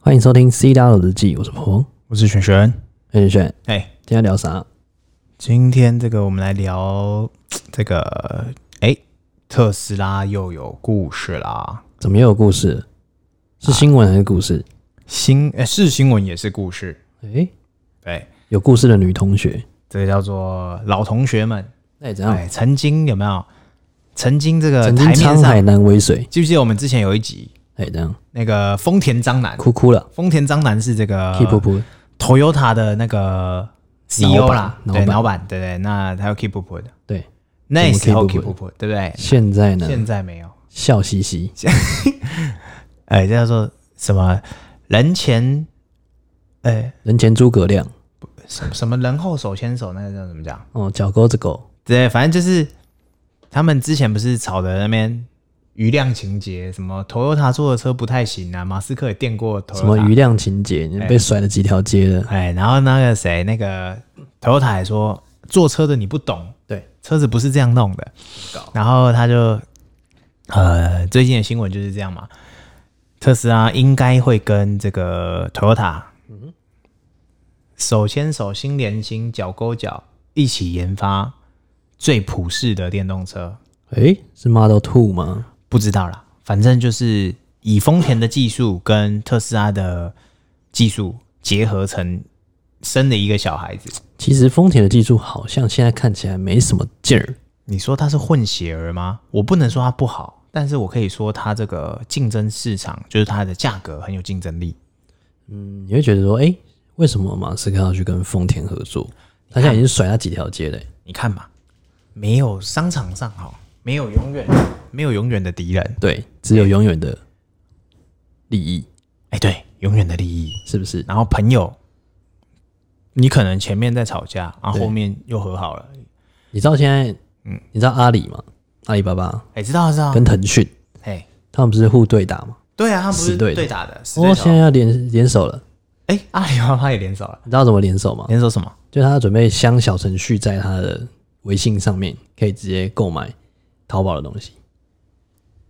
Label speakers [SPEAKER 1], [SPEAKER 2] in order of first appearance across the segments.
[SPEAKER 1] 欢迎收听《C 大佬日记》，我是鹏鹏，
[SPEAKER 2] 我是璇璇。
[SPEAKER 1] 哎轩轩，
[SPEAKER 2] 哎、
[SPEAKER 1] 今天聊啥？
[SPEAKER 2] 今天这个我们来聊这个，哎、特斯拉又有故事啦。
[SPEAKER 1] 怎么又有故
[SPEAKER 2] 啊
[SPEAKER 1] 事？是新闻还是故事？
[SPEAKER 2] 新哎、是新闻也是故事，
[SPEAKER 1] 哎、
[SPEAKER 2] 对，
[SPEAKER 1] 有故事的女同学，
[SPEAKER 2] 这个叫做老同学们，
[SPEAKER 1] 那也怎
[SPEAKER 2] 哎、
[SPEAKER 1] 样？
[SPEAKER 2] 曾经有没有？曾经这个
[SPEAKER 1] 嗯曾经
[SPEAKER 2] 台面
[SPEAKER 1] 沧海
[SPEAKER 2] 上，
[SPEAKER 1] 难为水，
[SPEAKER 2] 记不记得我们之前有一集
[SPEAKER 1] 哎、这样
[SPEAKER 2] 那个丰田章男？
[SPEAKER 1] 哭哭了，
[SPEAKER 2] 丰田章男是这个
[SPEAKER 1] 气噗噗，
[SPEAKER 2] Toyota 的那个 CEO 啦，
[SPEAKER 1] 老板老
[SPEAKER 2] 对，
[SPEAKER 1] 板
[SPEAKER 2] 老板，对对，那他有 Keep Up 的，
[SPEAKER 1] 对，
[SPEAKER 2] 那
[SPEAKER 1] 怎么
[SPEAKER 2] 时候
[SPEAKER 1] keep
[SPEAKER 2] Keep
[SPEAKER 1] up 嗯
[SPEAKER 2] Up 对不对？
[SPEAKER 1] 现在呢，
[SPEAKER 2] 现在没有。
[SPEAKER 1] 笑嘻嘻，
[SPEAKER 2] 哎，这叫做什么人前，哎，
[SPEAKER 1] 人前诸葛亮，
[SPEAKER 2] 什什么人后手牵手，那个叫怎么讲？
[SPEAKER 1] 哦，脚勾着狗，
[SPEAKER 2] 对，反正就是他们之前不是吵的那边余量情节，什么 Toyota 做的车不太行啊，马斯克也电过 Toyota，
[SPEAKER 1] 什么余量情节，你被甩了几条街了，
[SPEAKER 2] 哎，然后那个谁，那个 Toyota 还说坐车的你不懂，
[SPEAKER 1] 对，
[SPEAKER 2] 车子不是这样弄的
[SPEAKER 1] 搞。
[SPEAKER 2] 然后他就，呃，最近的新闻就是这样嘛，特斯拉应该会跟这个 Toyota，手牵手、心连心、脚勾脚一起研发最普适的电动车。
[SPEAKER 1] 哎、是 Model Two 吗？
[SPEAKER 2] 不知道啦，反正就是以丰田的技术跟特斯拉的技术结合成生了一个小孩子。
[SPEAKER 1] 其实丰田的技术好像现在看起来没什么劲儿，
[SPEAKER 2] 你说它是混血儿吗？我不能说它不好，但是我可以说它这个竞争市场，就是它的价格很有竞争力。
[SPEAKER 1] 嗯，你会觉得说，哎、为什么马斯克要去跟丰田合作？他现在已经甩他几条街嘞、欸
[SPEAKER 2] 你看吧，没有商场上好，没有永远，没有永远的敌人。
[SPEAKER 1] 对，只
[SPEAKER 2] 嗯
[SPEAKER 1] 有永远的利益，
[SPEAKER 2] 哎，对，永远的利益。
[SPEAKER 1] 是不是？
[SPEAKER 2] 然后朋友，你可能前面在吵架，然后
[SPEAKER 1] 对
[SPEAKER 2] 后面又和好了。
[SPEAKER 1] 你知道现在，嗯，你知道阿里吗？阿里巴巴
[SPEAKER 2] 哎，知道知道。
[SPEAKER 1] 跟腾讯，
[SPEAKER 2] 哎，
[SPEAKER 1] 他们不是互对打吗？
[SPEAKER 2] 对啊，他们不
[SPEAKER 1] 死
[SPEAKER 2] 是
[SPEAKER 1] 对的
[SPEAKER 2] 对打的，死
[SPEAKER 1] 哦，
[SPEAKER 2] 对手
[SPEAKER 1] 现。在要联联手了。
[SPEAKER 2] 哎、阿里巴巴也联手了，
[SPEAKER 1] 你知道怎么联手吗？
[SPEAKER 2] 联手什么？
[SPEAKER 1] 就他准备将小程序在他的微信上面可以直接购买淘宝的东西，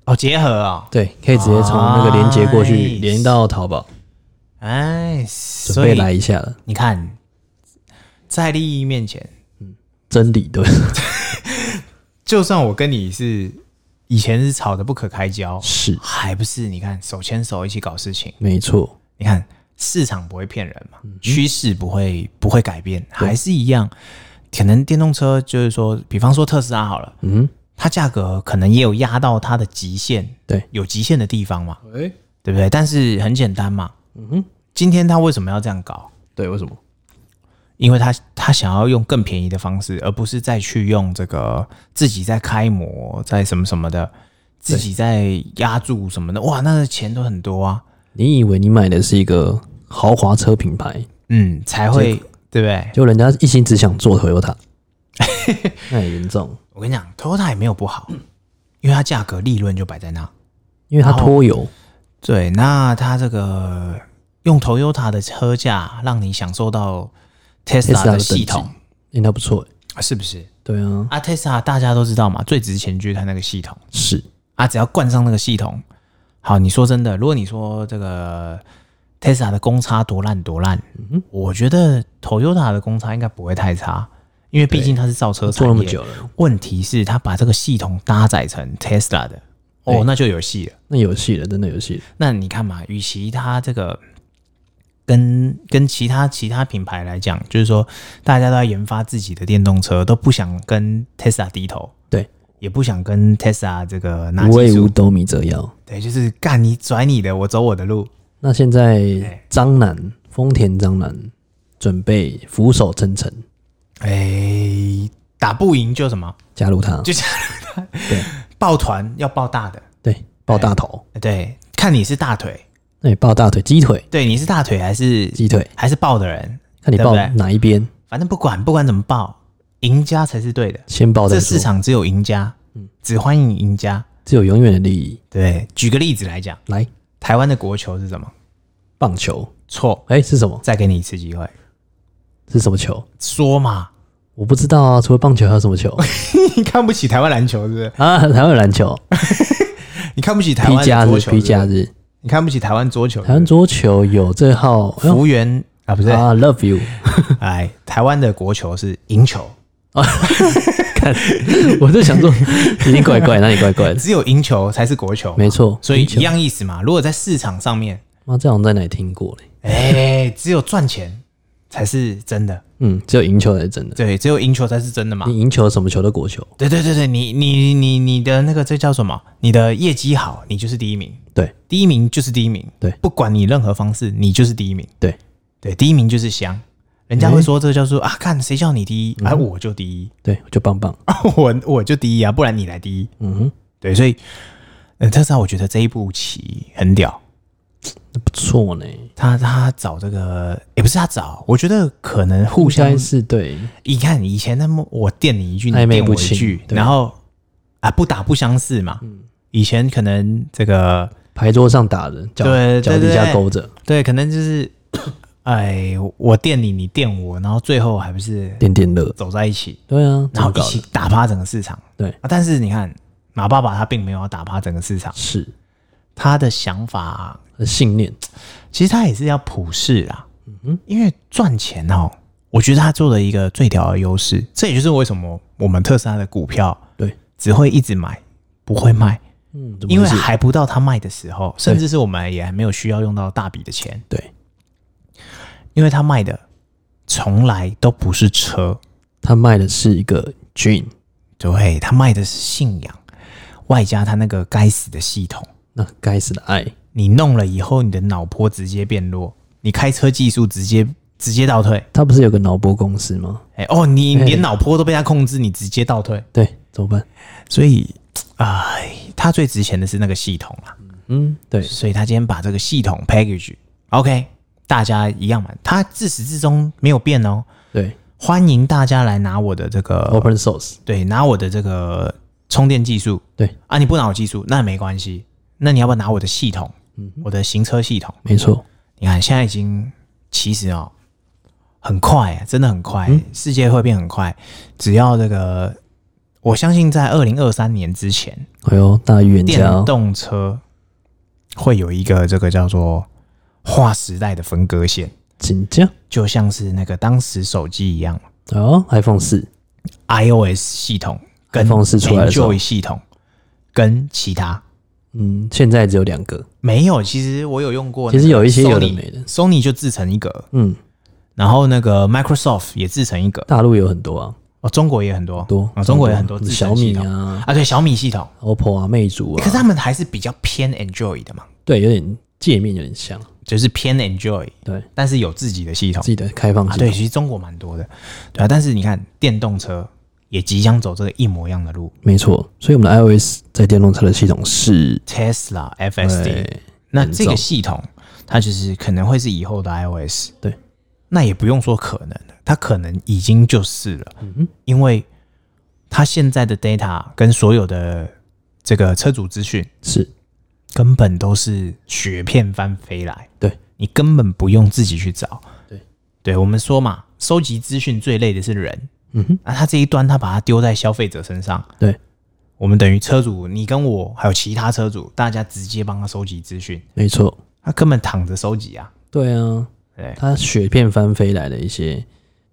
[SPEAKER 2] 哦，结合啊、
[SPEAKER 1] 对，可以直接从那个连接过去
[SPEAKER 2] Nice
[SPEAKER 1] 连到淘宝，
[SPEAKER 2] 哎，
[SPEAKER 1] 准
[SPEAKER 2] 所
[SPEAKER 1] 备
[SPEAKER 2] 以
[SPEAKER 1] 来一下了。
[SPEAKER 2] 你看，在利益面前，
[SPEAKER 1] 真理对，
[SPEAKER 2] 就算我跟你是以前是吵得不可开 交，
[SPEAKER 1] 是
[SPEAKER 2] 还不是你看手牵手一起搞事情？
[SPEAKER 1] 没错，
[SPEAKER 2] 你看市场不会骗人嘛，
[SPEAKER 1] 嗯
[SPEAKER 2] 趋势不会不会改变，还是一样。可能电动车就是说，比方说特斯拉好了，
[SPEAKER 1] 嗯，
[SPEAKER 2] 它价格可能也有压到它的极限，
[SPEAKER 1] 对，
[SPEAKER 2] 有极限的地方嘛，
[SPEAKER 1] 哎、
[SPEAKER 2] 对不对？但是很简单嘛，
[SPEAKER 1] 嗯哼，
[SPEAKER 2] 今天他为什么要这样搞？
[SPEAKER 1] 对，为什么？
[SPEAKER 2] 因为他他想要用更便宜的方式，而不是再去用这个自己在开模、在什么什么的，自己在压住什么的。哇，那个钱都很多啊，
[SPEAKER 1] 你以为你买的是一个豪华车品牌，
[SPEAKER 2] 嗯，才会对不对？
[SPEAKER 1] 就人家一心只想做 Toyota，那很严重，
[SPEAKER 2] 我跟你讲，Toyota 也没有不好，因为它价格利润就摆在那。
[SPEAKER 1] 因为它拖油，
[SPEAKER 2] 对，那它这个用 Toyota 的车价，让你享受到 Tesla
[SPEAKER 1] Tesla 的
[SPEAKER 2] 的系统
[SPEAKER 1] 等，应该不错欸。
[SPEAKER 2] 是不是？
[SPEAKER 1] 对啊，
[SPEAKER 2] 啊，Tesla 大家都知道嘛，最值钱就是它那个系统。
[SPEAKER 1] 是
[SPEAKER 2] 啊，只要灌上那个系统，好，你说真的，如果你说这个 Tesla 的公差多烂多烂，
[SPEAKER 1] 嗯
[SPEAKER 2] 我觉得 Toyota 的公差应该不会太差，因为毕竟它是造车产
[SPEAKER 1] 做
[SPEAKER 2] 业。
[SPEAKER 1] 那么久了，
[SPEAKER 2] 问题是它把这个系统搭载成 Tesla 的，哦
[SPEAKER 1] 对，
[SPEAKER 2] 那就有戏了。
[SPEAKER 1] 那有戏了，真的有戏了。
[SPEAKER 2] 那你看嘛，与其它这个。跟跟其他其他品牌来讲，就是说大家都在研发自己的电动车，都不想跟 Tesla 低头，
[SPEAKER 1] 对，
[SPEAKER 2] 也不想跟 Tesla 这个拿
[SPEAKER 1] 无
[SPEAKER 2] 技
[SPEAKER 1] 为
[SPEAKER 2] 术
[SPEAKER 1] 五斗米折腰。
[SPEAKER 2] 对，就是干你拽你的，我走我的路。
[SPEAKER 1] 那现在张楠，丰田张楠准备俯首称臣，
[SPEAKER 2] 哎、打不赢就什么，
[SPEAKER 1] 加入他，
[SPEAKER 2] 就加入他。对，抱团要抱大的，
[SPEAKER 1] 对，抱大头，
[SPEAKER 2] 对，看你是大腿，
[SPEAKER 1] 那你抱大腿、鸡腿、
[SPEAKER 2] 对，你是大腿还是
[SPEAKER 1] 鸡腿，
[SPEAKER 2] 还是抱的人？
[SPEAKER 1] 看你
[SPEAKER 2] 对不
[SPEAKER 1] 抱
[SPEAKER 2] 对
[SPEAKER 1] 哪一边，
[SPEAKER 2] 反正不管不管怎么抱，赢家才是对的。
[SPEAKER 1] 先抱再嗯
[SPEAKER 2] 这市
[SPEAKER 1] 说，
[SPEAKER 2] 场只有赢家，只欢迎赢家。
[SPEAKER 1] 只有永远的利益。
[SPEAKER 2] 对，举个例子来讲，
[SPEAKER 1] 来，
[SPEAKER 2] 台湾的国球是什么？
[SPEAKER 1] 棒球，
[SPEAKER 2] 错，
[SPEAKER 1] 哎、是什么？
[SPEAKER 2] 再给你一次机会，
[SPEAKER 1] 是什么球？
[SPEAKER 2] 说嘛，
[SPEAKER 1] 我不知道啊，除了棒球还有什么球
[SPEAKER 2] 你看不起台湾篮球是不是？
[SPEAKER 1] 啊？还有篮球、
[SPEAKER 2] 你看不起台
[SPEAKER 1] 皮
[SPEAKER 2] 湾
[SPEAKER 1] 夹
[SPEAKER 2] 的
[SPEAKER 1] 子
[SPEAKER 2] 桌、球
[SPEAKER 1] 皮
[SPEAKER 2] 是不是
[SPEAKER 1] 夹子、
[SPEAKER 2] 你看不起台湾桌球？
[SPEAKER 1] 台湾桌球有这号，哎呦
[SPEAKER 2] 服务员啊，不是，
[SPEAKER 1] 啊，Love You，
[SPEAKER 2] 哎，台湾的国球是赢球，
[SPEAKER 1] 看，我就想说，你怪怪，哪里怪怪的？
[SPEAKER 2] 只有赢球才是国球嘛，
[SPEAKER 1] 没错
[SPEAKER 2] 所以
[SPEAKER 1] 赢球
[SPEAKER 2] 一样意思嘛。如果在市场上面，
[SPEAKER 1] 妈，这好像在哪里听过嘞？
[SPEAKER 2] 哎，只有赚钱才是真的，
[SPEAKER 1] 嗯，只有赢球才是真的，
[SPEAKER 2] 对，只有赢球才是真的嘛。
[SPEAKER 1] 你赢球什么球都国球，
[SPEAKER 2] 对对对对，你你你你的那个这叫什么？你的业绩好，你就是第一名，
[SPEAKER 1] 对
[SPEAKER 2] 第一名就是第一名，
[SPEAKER 1] 对
[SPEAKER 2] 不管你任何方式，你就是第一名，
[SPEAKER 1] 对，
[SPEAKER 2] 对，第一名就是香。人家会说这叫做、啊，看谁叫你第一，
[SPEAKER 1] 嗯
[SPEAKER 2] 哎、我就第一，
[SPEAKER 1] 对，就棒棒，
[SPEAKER 2] 我我就第一啊，不然你来第一。
[SPEAKER 1] 嗯哼，
[SPEAKER 2] 对，所以呃，特斯拉我觉得这一步棋很屌，
[SPEAKER 1] 那不错呢，
[SPEAKER 2] 他他找这个也不是他找，我觉得可能互
[SPEAKER 1] 互
[SPEAKER 2] 相
[SPEAKER 1] 相，是对，
[SPEAKER 2] 你看以前那么我电你一句，
[SPEAKER 1] 暧
[SPEAKER 2] 你
[SPEAKER 1] 昧
[SPEAKER 2] 电
[SPEAKER 1] 不
[SPEAKER 2] 我一
[SPEAKER 1] 清
[SPEAKER 2] 句，
[SPEAKER 1] 对嗯
[SPEAKER 2] 然后啊不打不相识嘛。以前可能这个
[SPEAKER 1] 牌桌上打人，脚
[SPEAKER 2] 对
[SPEAKER 1] 脚
[SPEAKER 2] 对
[SPEAKER 1] 底下
[SPEAKER 2] 对
[SPEAKER 1] 勾着，
[SPEAKER 2] 对，可能就是哎我电你，你电我，然后最后还不是
[SPEAKER 1] 点点乐，
[SPEAKER 2] 走在一起，
[SPEAKER 1] 对啊，
[SPEAKER 2] 然后
[SPEAKER 1] 怎么搞
[SPEAKER 2] 一起
[SPEAKER 1] 的
[SPEAKER 2] 打趴整个市场。
[SPEAKER 1] 对，
[SPEAKER 2] 啊，但是你看马爸爸他并没有要打趴整个市场，
[SPEAKER 1] 是
[SPEAKER 2] 他的想法
[SPEAKER 1] 很信念，
[SPEAKER 2] 其实他也是要普世啦，
[SPEAKER 1] 嗯
[SPEAKER 2] 因为赚钱哦，我觉得他做的一个最屌的优势，这也就是为什么我们特斯拉的股票
[SPEAKER 1] 对，
[SPEAKER 2] 只会一直买，不会卖，
[SPEAKER 1] 嗯，怎么
[SPEAKER 2] 因为
[SPEAKER 1] 回事
[SPEAKER 2] 还不到他卖的时候，甚至是我们也还没有需要用到大笔的钱，
[SPEAKER 1] 对
[SPEAKER 2] 因为他卖的从来都不是车，
[SPEAKER 1] 他卖的是一个 dream，
[SPEAKER 2] 对他卖的是信仰，外加他那个该死的系统，
[SPEAKER 1] 那该死的爱，
[SPEAKER 2] 你弄了以后，你的脑波直接变弱，你开车技术直接直接倒退。
[SPEAKER 1] 他不是有个脑波公司吗？
[SPEAKER 2] 哎、哦，你
[SPEAKER 1] 哎
[SPEAKER 2] 连脑波都被他控制，你直接倒退。
[SPEAKER 1] 对，怎么办？
[SPEAKER 2] 所以，哎，他最值钱的是那个系统啦。
[SPEAKER 1] 嗯，对，
[SPEAKER 2] 所以他今天把这个系统 package，OK，、大家一样嘛。他自始至终没有变哦，
[SPEAKER 1] 对
[SPEAKER 2] 欢迎大家来拿我的这个，
[SPEAKER 1] ，open source，
[SPEAKER 2] 对，拿我的这个充电技术
[SPEAKER 1] 对，
[SPEAKER 2] 啊。你不拿我技术，那也没关系。那你要不要拿我的系统？
[SPEAKER 1] 嗯
[SPEAKER 2] 我的行车系统？
[SPEAKER 1] 没错，
[SPEAKER 2] 你看现在已经其实哦，很快、啊真的很快，
[SPEAKER 1] 嗯
[SPEAKER 2] 世界会变很快。只要这个，我相信在二零二三年之前，
[SPEAKER 1] 哎呦，大预言
[SPEAKER 2] 电
[SPEAKER 1] 家哦，
[SPEAKER 2] 动车会有一个这个叫做划时代的分割线，
[SPEAKER 1] 紧张
[SPEAKER 2] 就像是那个当时手机一样
[SPEAKER 1] 哦，iPhone 四，
[SPEAKER 2] ，iOS 系统跟
[SPEAKER 1] iPhone 4出来的时候
[SPEAKER 2] Enjoy 系统跟其他。
[SPEAKER 1] 嗯，现在只有两个，
[SPEAKER 2] 没有，其实我有用过那个 Sony。
[SPEAKER 1] 其实有一些有的没的
[SPEAKER 2] Sony 就制成一个，
[SPEAKER 1] 嗯，
[SPEAKER 2] 然后那个 Microsoft 也制成一个，
[SPEAKER 1] 大陆有很多啊，
[SPEAKER 2] 哦，中国也很多，
[SPEAKER 1] 多
[SPEAKER 2] 啊、中国也很多
[SPEAKER 1] 很
[SPEAKER 2] 自
[SPEAKER 1] 多
[SPEAKER 2] 成
[SPEAKER 1] 小
[SPEAKER 2] 系
[SPEAKER 1] 米
[SPEAKER 2] 统
[SPEAKER 1] 啊
[SPEAKER 2] 啊，对，小米系统，
[SPEAKER 1] ，OPPO 啊，魅族
[SPEAKER 2] 可是
[SPEAKER 1] 啊，
[SPEAKER 2] 他们还是比较偏 Enjoy 的嘛，
[SPEAKER 1] 对，有点界面有点像，
[SPEAKER 2] 就是偏 Enjoy，
[SPEAKER 1] 对，
[SPEAKER 2] 但是有自己的系统
[SPEAKER 1] 自己的开放
[SPEAKER 2] 啊，
[SPEAKER 1] 性，
[SPEAKER 2] 对，其实中国蛮多的，对啊，但是你看电动车也即将走这个一模一样的路
[SPEAKER 1] 没错，所以我们的 iOS 在电动车的系统是
[SPEAKER 2] ，Tesla FSD，
[SPEAKER 1] 对
[SPEAKER 2] 那
[SPEAKER 1] 很
[SPEAKER 2] 这个
[SPEAKER 1] 重
[SPEAKER 2] 系统它就是可能会是以后的 iOS，
[SPEAKER 1] 对，
[SPEAKER 2] 那也不用说可能了，它可能已经就是了，
[SPEAKER 1] 嗯
[SPEAKER 2] 因为它现在的 data 跟所有的这个车主资讯。
[SPEAKER 1] 是，
[SPEAKER 2] 根本都是雪片般飞来，
[SPEAKER 1] 对，
[SPEAKER 2] 你根本不用自己去找。
[SPEAKER 1] 对，
[SPEAKER 2] 对我们说嘛，收集资讯最累的是人，
[SPEAKER 1] 嗯哼，
[SPEAKER 2] 那他这一端他把它丢在消费者身上，
[SPEAKER 1] 对，
[SPEAKER 2] 我们等于车主，你跟我还有其他车主，大家直接帮他收集资讯，
[SPEAKER 1] 没错，
[SPEAKER 2] 他根本躺着收集啊。
[SPEAKER 1] 对啊，
[SPEAKER 2] 对，
[SPEAKER 1] 它雪片翻飞来的一些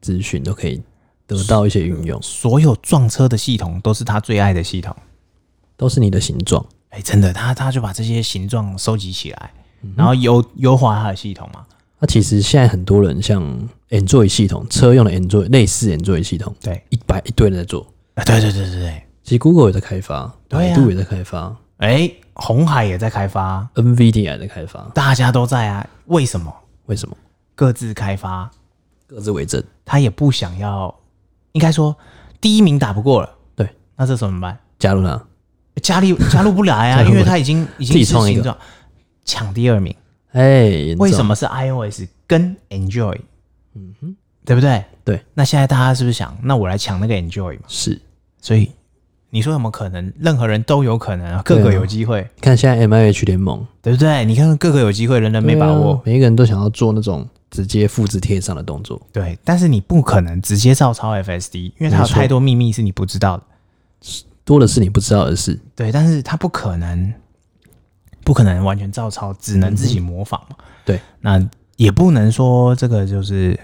[SPEAKER 1] 资讯都可以得到一些运用，
[SPEAKER 2] 所有撞车的系统都是他最爱的系统。
[SPEAKER 1] 都是你的形状，
[SPEAKER 2] 哎，真的，他他就把这些形状收集起来，
[SPEAKER 1] 嗯
[SPEAKER 2] 然后优优化他的系统嘛。
[SPEAKER 1] 那其实现在很多人像 Android 系统，车用的 Android 类似 Android 系统，
[SPEAKER 2] 对，
[SPEAKER 1] 一百一堆人在做。
[SPEAKER 2] 啊，对对对对对，
[SPEAKER 1] 其实 Google 也在开发，
[SPEAKER 2] 对
[SPEAKER 1] 百
[SPEAKER 2] 啊
[SPEAKER 1] 度也在开发
[SPEAKER 2] 哎，红海也在开发啊、
[SPEAKER 1] ，NVIDIA 也在开发，
[SPEAKER 2] 大家都在啊，为什么
[SPEAKER 1] 为什么？
[SPEAKER 2] 各自开发？
[SPEAKER 1] 各自为政。
[SPEAKER 2] 他也不想要，应该说第一名打不过了，
[SPEAKER 1] 对，
[SPEAKER 2] 那这怎么办？
[SPEAKER 1] 加入它，
[SPEAKER 2] 加入 加入不来啊，因为他已经已经
[SPEAKER 1] 自己创一个
[SPEAKER 2] 是形状，抢第二名。
[SPEAKER 1] 哎、严重
[SPEAKER 2] 为什？么是 iOS 跟 Enjoy？嗯哼，对不对？
[SPEAKER 1] 对，
[SPEAKER 2] 那现在大家是不是想，那我来抢那个 Enjoy 嘛？
[SPEAKER 1] 是
[SPEAKER 2] 所以你说有没有可能？任何人都有可能啊，
[SPEAKER 1] 对
[SPEAKER 2] 个
[SPEAKER 1] 啊
[SPEAKER 2] 个有机会，
[SPEAKER 1] 看现在 M I H 联盟
[SPEAKER 2] 对不对？你看个个有机会，人人没把
[SPEAKER 1] 对啊
[SPEAKER 2] 握，
[SPEAKER 1] 每一个人都想要做那种直接复制贴上的动作，
[SPEAKER 2] 对。但是你不可能直接照抄 FSD，因为它有
[SPEAKER 1] 没错
[SPEAKER 2] 太多秘密是你不知道的。
[SPEAKER 1] 多的是你不知道的事。
[SPEAKER 2] 对，但是他不可能，不可能完全照抄，只能自己模仿嘛。
[SPEAKER 1] 嗯对，
[SPEAKER 2] 那也不能说这个就是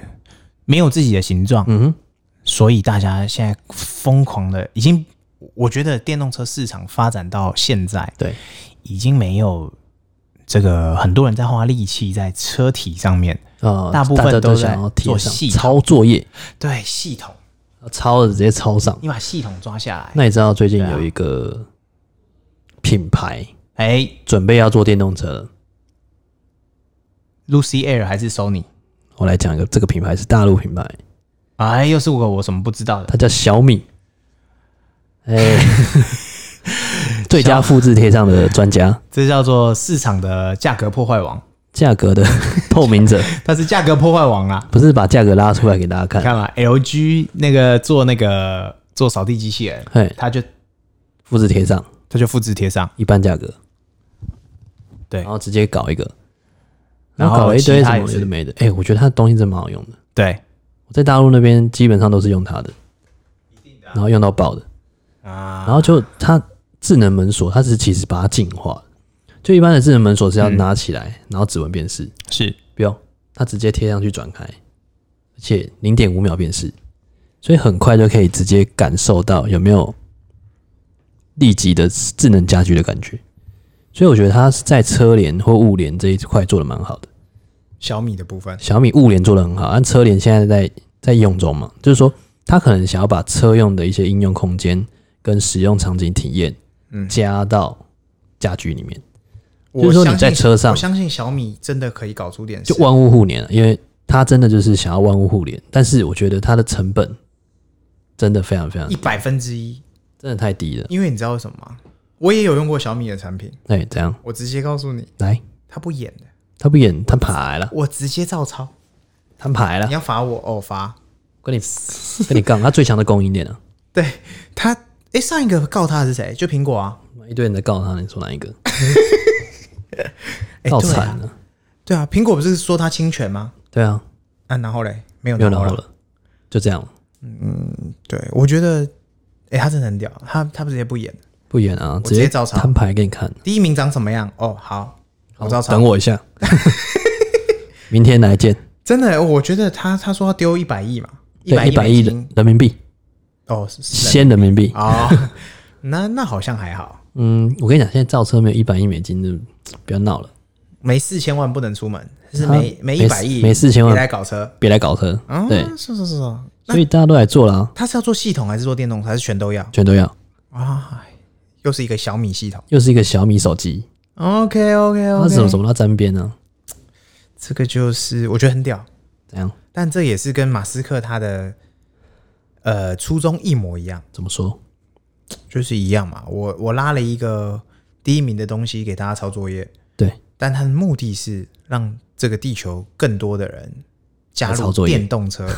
[SPEAKER 2] 没有自己的形状，
[SPEAKER 1] 嗯哼，
[SPEAKER 2] 所以大家现在疯狂的已经，我觉得电动车市场发展到现在，
[SPEAKER 1] 对，
[SPEAKER 2] 已经没有这个很多人在花力气在车体上面，
[SPEAKER 1] 呃，
[SPEAKER 2] 大部分
[SPEAKER 1] 大家
[SPEAKER 2] 都在
[SPEAKER 1] 想要贴
[SPEAKER 2] 做
[SPEAKER 1] 上
[SPEAKER 2] 系统
[SPEAKER 1] 抄作业，
[SPEAKER 2] 对系统，
[SPEAKER 1] 抄的直接抄上。
[SPEAKER 2] 你把系统抓下来，
[SPEAKER 1] 那你知道最近
[SPEAKER 2] 对啊
[SPEAKER 1] 有一个品牌
[SPEAKER 2] 哎
[SPEAKER 1] 准备要做电动车了？
[SPEAKER 2] ，Lucy Air 还是 Sony，
[SPEAKER 1] 我来讲一个，这个品牌是大陆品牌，
[SPEAKER 2] 哎，又是我我什么不知道的，
[SPEAKER 1] 它叫小米。哎、 最佳复制贴上的专家，
[SPEAKER 2] 这叫做市场的价格破坏王，
[SPEAKER 1] 价格 的透明者，
[SPEAKER 2] 它是价格破坏王啦。
[SPEAKER 1] 不是把价格拉出来给大家
[SPEAKER 2] 你
[SPEAKER 1] 看。
[SPEAKER 2] 看嘛，LG 那个做那个做扫地机器人，
[SPEAKER 1] 哎，
[SPEAKER 2] 它就
[SPEAKER 1] 复制贴上
[SPEAKER 2] 它就复制贴上，
[SPEAKER 1] 一般价格，
[SPEAKER 2] 对
[SPEAKER 1] 然后直接搞一个，
[SPEAKER 2] 然
[SPEAKER 1] 然
[SPEAKER 2] 后
[SPEAKER 1] 后搞了一堆什
[SPEAKER 2] 其他
[SPEAKER 1] 么
[SPEAKER 2] 也
[SPEAKER 1] 有
[SPEAKER 2] 是
[SPEAKER 1] 的没的。哎、我觉得它的东西真蛮好用的。
[SPEAKER 2] 对
[SPEAKER 1] 我在大陆那边基本上都是用它的，然后用到爆的，
[SPEAKER 2] 啊，
[SPEAKER 1] 然后就它智能门锁，它是其实把它进化了。就一般的智能门锁是要拿起来，然后指纹辨识，
[SPEAKER 2] 是
[SPEAKER 1] 不用，它直接贴上去转开，而且零点五秒辨识，所以很快就可以直接感受到有没有立即的智能家居的感觉。所以我觉得它是在车联或物联这一块做的蛮好的。
[SPEAKER 2] 小米的部分，
[SPEAKER 1] 小米物联做的很好，但车联现在在在用中嘛，就是说它可能想要把车用的一些应用空间跟使用场景体验，
[SPEAKER 2] 嗯
[SPEAKER 1] 加到家居里面，就是说你在车上
[SPEAKER 2] 我相信小米真的可以搞出点事
[SPEAKER 1] 就。万物互联啊了，因为它真的就是想要万物互联，但是我觉得它的成本真的非常非常
[SPEAKER 2] 一百分之一，
[SPEAKER 1] 真的太低了。
[SPEAKER 2] 因为你知道为什么吗？我也有用过小米的产品，
[SPEAKER 1] 哎、怎样？
[SPEAKER 2] 我直接告诉你，
[SPEAKER 1] 来，
[SPEAKER 2] 它不演的，
[SPEAKER 1] 他不演，摊牌了，
[SPEAKER 2] 我直接照抄。
[SPEAKER 1] 摊牌了
[SPEAKER 2] 你，要罚我哦，罚。
[SPEAKER 1] 跟你跟你杠，他最强的供应链啊，
[SPEAKER 2] 对他，哎，上一个告他的是谁？就苹果啊。
[SPEAKER 1] 一堆人在告他，你说哪一个？
[SPEAKER 2] 哎
[SPEAKER 1] 告
[SPEAKER 2] 对啊
[SPEAKER 1] 惨了，
[SPEAKER 2] 对啊，苹果不是说他侵权吗？
[SPEAKER 1] 对啊，
[SPEAKER 2] 啊，然后嘞，没有
[SPEAKER 1] 没有
[SPEAKER 2] 然
[SPEAKER 1] 然
[SPEAKER 2] 后
[SPEAKER 1] 后
[SPEAKER 2] 了。
[SPEAKER 1] 了，就这样，
[SPEAKER 2] 对，我觉得，哎，他真的很屌，他他直接不演。
[SPEAKER 1] 不演啊，
[SPEAKER 2] 我直接
[SPEAKER 1] 接
[SPEAKER 2] 照抄
[SPEAKER 1] 摊牌给你看。
[SPEAKER 2] 第一名长什么样？哦，好，我照抄
[SPEAKER 1] 等。我一 下，明天来见。
[SPEAKER 2] 真的，我觉得他他说要丢一百亿嘛，
[SPEAKER 1] 对，
[SPEAKER 2] 百
[SPEAKER 1] 一百
[SPEAKER 2] 亿
[SPEAKER 1] 亿
[SPEAKER 2] 美
[SPEAKER 1] 人
[SPEAKER 2] 金
[SPEAKER 1] 人民币，
[SPEAKER 2] 哦，是是
[SPEAKER 1] 先人民币。
[SPEAKER 2] 哦， 那那好像还好，
[SPEAKER 1] 嗯，我跟你讲，现在造车没有一百亿美金的，不要闹了，
[SPEAKER 2] 没四千万不能出门，是没
[SPEAKER 1] 啊
[SPEAKER 2] 没一
[SPEAKER 1] 没
[SPEAKER 2] 百亿，
[SPEAKER 1] 没4000万
[SPEAKER 2] 别来搞车。
[SPEAKER 1] 别来搞车。
[SPEAKER 2] 啊，
[SPEAKER 1] 对，
[SPEAKER 2] 是是是是，
[SPEAKER 1] 所以大家都来做了啊，
[SPEAKER 2] 他是要做系统还是做电动车，还是全都要
[SPEAKER 1] 全都要。
[SPEAKER 2] 啊？哎又是一个小米系统。
[SPEAKER 1] 又是一个小米手机，
[SPEAKER 2] OK OK
[SPEAKER 1] 它怎么
[SPEAKER 2] OK，
[SPEAKER 1] 怎么到沾边呢？
[SPEAKER 2] 这个就是我觉得很屌，
[SPEAKER 1] 怎样？
[SPEAKER 2] 但这也是跟马斯克他的呃初衷一模一样，
[SPEAKER 1] 怎么说？
[SPEAKER 2] 就是一样嘛。我我拉了一个第一名的东西给大家抄作业，
[SPEAKER 1] 对，
[SPEAKER 2] 但他的目的是让这个地球更多的人加
[SPEAKER 1] 来抄
[SPEAKER 2] 入
[SPEAKER 1] 作业
[SPEAKER 2] 电 动车。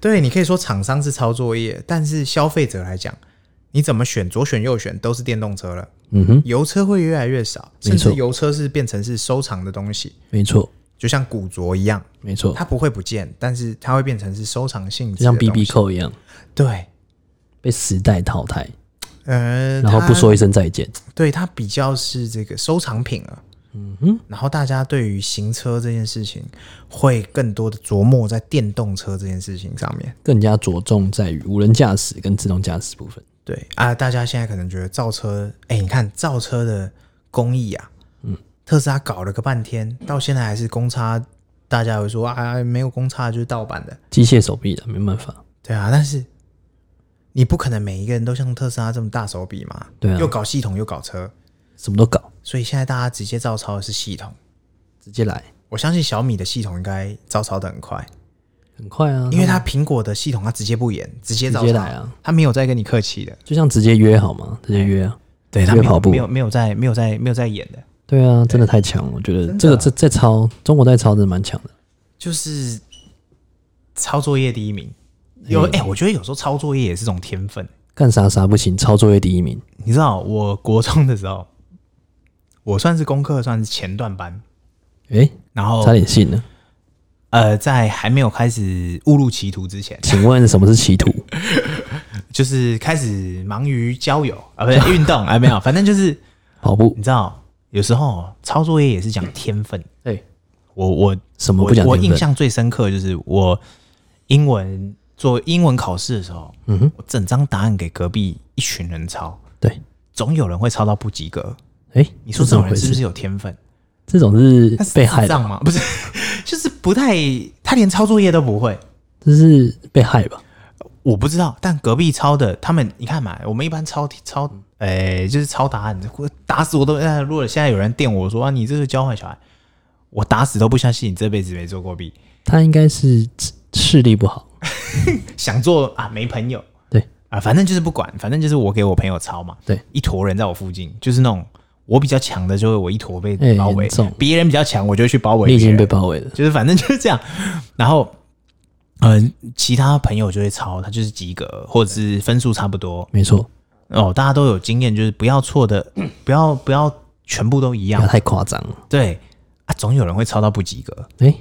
[SPEAKER 2] 对，你可以说厂商是抄作业，但是消费者来讲，你怎么选左选右选都是电动车了，
[SPEAKER 1] 嗯哼，
[SPEAKER 2] 油车会越来越少，
[SPEAKER 1] 没
[SPEAKER 2] 甚至
[SPEAKER 1] 错
[SPEAKER 2] 油车是变成是收藏的东西，
[SPEAKER 1] 没错，
[SPEAKER 2] 就像古着一样，
[SPEAKER 1] 没错，
[SPEAKER 2] 它不会不见，但是它会变成是收藏性质，
[SPEAKER 1] 就像 B B。扣一样，
[SPEAKER 2] 对，
[SPEAKER 1] 被时代淘汰，
[SPEAKER 2] 呃，
[SPEAKER 1] 然后
[SPEAKER 2] 它
[SPEAKER 1] 不说一声再见。
[SPEAKER 2] 对它比较是这个收藏品了。嗯哼，然后大家对于行车这件事情会更多的琢磨在电动车这件事情上面。
[SPEAKER 1] 更加着重在于无人驾驶跟自动驾驶部分。
[SPEAKER 2] 对啊，大家现在可能觉得造车，哎，你看造车的工艺啊，嗯，特斯拉搞了个半天，到现在还是公差，大家会说啊，没有公差就是盗版的，
[SPEAKER 1] 机械手臂的没办法，
[SPEAKER 2] 对啊，但是你不可能每一个人都像特斯拉这么大手笔嘛，
[SPEAKER 1] 对啊
[SPEAKER 2] 又搞系统又搞车，
[SPEAKER 1] 什么都搞，
[SPEAKER 2] 所以现在大家直接照抄的是系统。
[SPEAKER 1] 直接来，
[SPEAKER 2] 我相信小米的系统应该照抄的很快，
[SPEAKER 1] 很快啊，
[SPEAKER 2] 因为它苹果的系统它直接不演，直接照
[SPEAKER 1] 直接
[SPEAKER 2] 抄
[SPEAKER 1] 来啊，
[SPEAKER 2] 它没有再跟你客气的，
[SPEAKER 1] 就像直接约好吗？直接约啊，
[SPEAKER 2] 对它
[SPEAKER 1] 约
[SPEAKER 2] 没有
[SPEAKER 1] 跑步
[SPEAKER 2] 没，有没有在没有在没有在演的，
[SPEAKER 1] 对啊，真的太强了，我觉得
[SPEAKER 2] 啊
[SPEAKER 1] 这个在在抄中国在抄真的蛮强的，
[SPEAKER 2] 就是抄作业第一名。有哎、我觉得有时候抄作业也是种天分。
[SPEAKER 1] 干啥啥不行，抄作业第一名，
[SPEAKER 2] 你知道，我国中的时候，我算是功课算是前段班，
[SPEAKER 1] 诶，
[SPEAKER 2] 然后
[SPEAKER 1] 差点信了。
[SPEAKER 2] 呃，在还没有开始误入歧途之前，
[SPEAKER 1] 请问什么是歧途？
[SPEAKER 2] 就是开始忙于交友啊，不是运动啊，没有，反正就是
[SPEAKER 1] 跑步
[SPEAKER 2] 你知道，有时候抄作业也是讲天分。
[SPEAKER 1] 哎、
[SPEAKER 2] 我我
[SPEAKER 1] 什么不讲
[SPEAKER 2] 我？我
[SPEAKER 1] 天分
[SPEAKER 2] 印象最深刻就是我英文做英文考试的时候，
[SPEAKER 1] 嗯哼，
[SPEAKER 2] 我整张答案给隔壁一群人抄，
[SPEAKER 1] 对，
[SPEAKER 2] 总有人会抄到不及格。
[SPEAKER 1] 哎、
[SPEAKER 2] 你说
[SPEAKER 1] 这
[SPEAKER 2] 这
[SPEAKER 1] 怎么
[SPEAKER 2] 种人
[SPEAKER 1] 回
[SPEAKER 2] 是不
[SPEAKER 1] 事？
[SPEAKER 2] 是有天分？
[SPEAKER 1] 这种是
[SPEAKER 2] 他是
[SPEAKER 1] 被害
[SPEAKER 2] 智
[SPEAKER 1] 的，啊
[SPEAKER 2] 障吗？不是， 就是不太，他连抄作业都不会。
[SPEAKER 1] 这是被害吧？
[SPEAKER 2] 我不知道，但隔壁抄的，他们你看嘛，我们一般抄
[SPEAKER 1] 嗯
[SPEAKER 2] 抄，诶、就是抄答案，我打死我都。呃如果现在有人电我说啊，你这是教坏小孩，我打死都不相信你这辈子没做过弊，
[SPEAKER 1] 他应该是智视力不好，
[SPEAKER 2] 想做啊没朋友
[SPEAKER 1] 对
[SPEAKER 2] 啊，反正就是不管，反正就是我给我朋友抄嘛，
[SPEAKER 1] 对，
[SPEAKER 2] 一坨人在我附近，就是那种我比较强的，就会我一坨被
[SPEAKER 1] 哎
[SPEAKER 2] 包围
[SPEAKER 1] 严重，
[SPEAKER 2] 别、人比较强，我就会去包围
[SPEAKER 1] 你已
[SPEAKER 2] 别
[SPEAKER 1] 经
[SPEAKER 2] 人
[SPEAKER 1] 被包围了。
[SPEAKER 2] 就是反正就是这样。然后，嗯、其他朋友就会抄，他就是及格或者是分数差不多
[SPEAKER 1] 没错，
[SPEAKER 2] 哦。大家都有经验，就是不要错 的，不要不要全部都一
[SPEAKER 1] 不要
[SPEAKER 2] 样。
[SPEAKER 1] 太夸张了。
[SPEAKER 2] 对啊，总有人会抄到不及格，
[SPEAKER 1] 哎、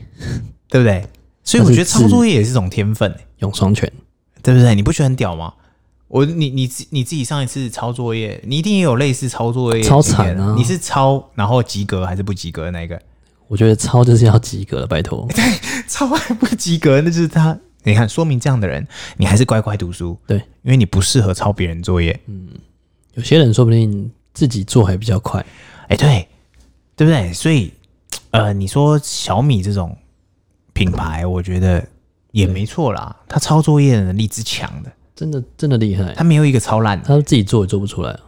[SPEAKER 2] 对不对？所以我觉得抄作业也是一种天分、欸
[SPEAKER 1] 永双全，
[SPEAKER 2] 对不对？你不觉得很屌吗？我你你自你自己上一次抄作业，你一定也有类似抄作业
[SPEAKER 1] 抄
[SPEAKER 2] 经验
[SPEAKER 1] 惨啊
[SPEAKER 2] 你是抄然后及格还是不及格的那一个？
[SPEAKER 1] 我觉得抄就是要及格了，拜托。
[SPEAKER 2] 超爱不及格，那就是他。你看，说明这样的人，你还是乖乖读书，
[SPEAKER 1] 对，
[SPEAKER 2] 因为你不适合抄别人作业。
[SPEAKER 1] 有些人说不定自己做还比较快，
[SPEAKER 2] 哎、对，对不对？所以，呃，你说小米这种品牌，我觉得也没错啦，他抄作业的能力之强的，
[SPEAKER 1] 真的真的厉害。
[SPEAKER 2] 他没有一个抄烂的。
[SPEAKER 1] 他自己做也做不出来啊，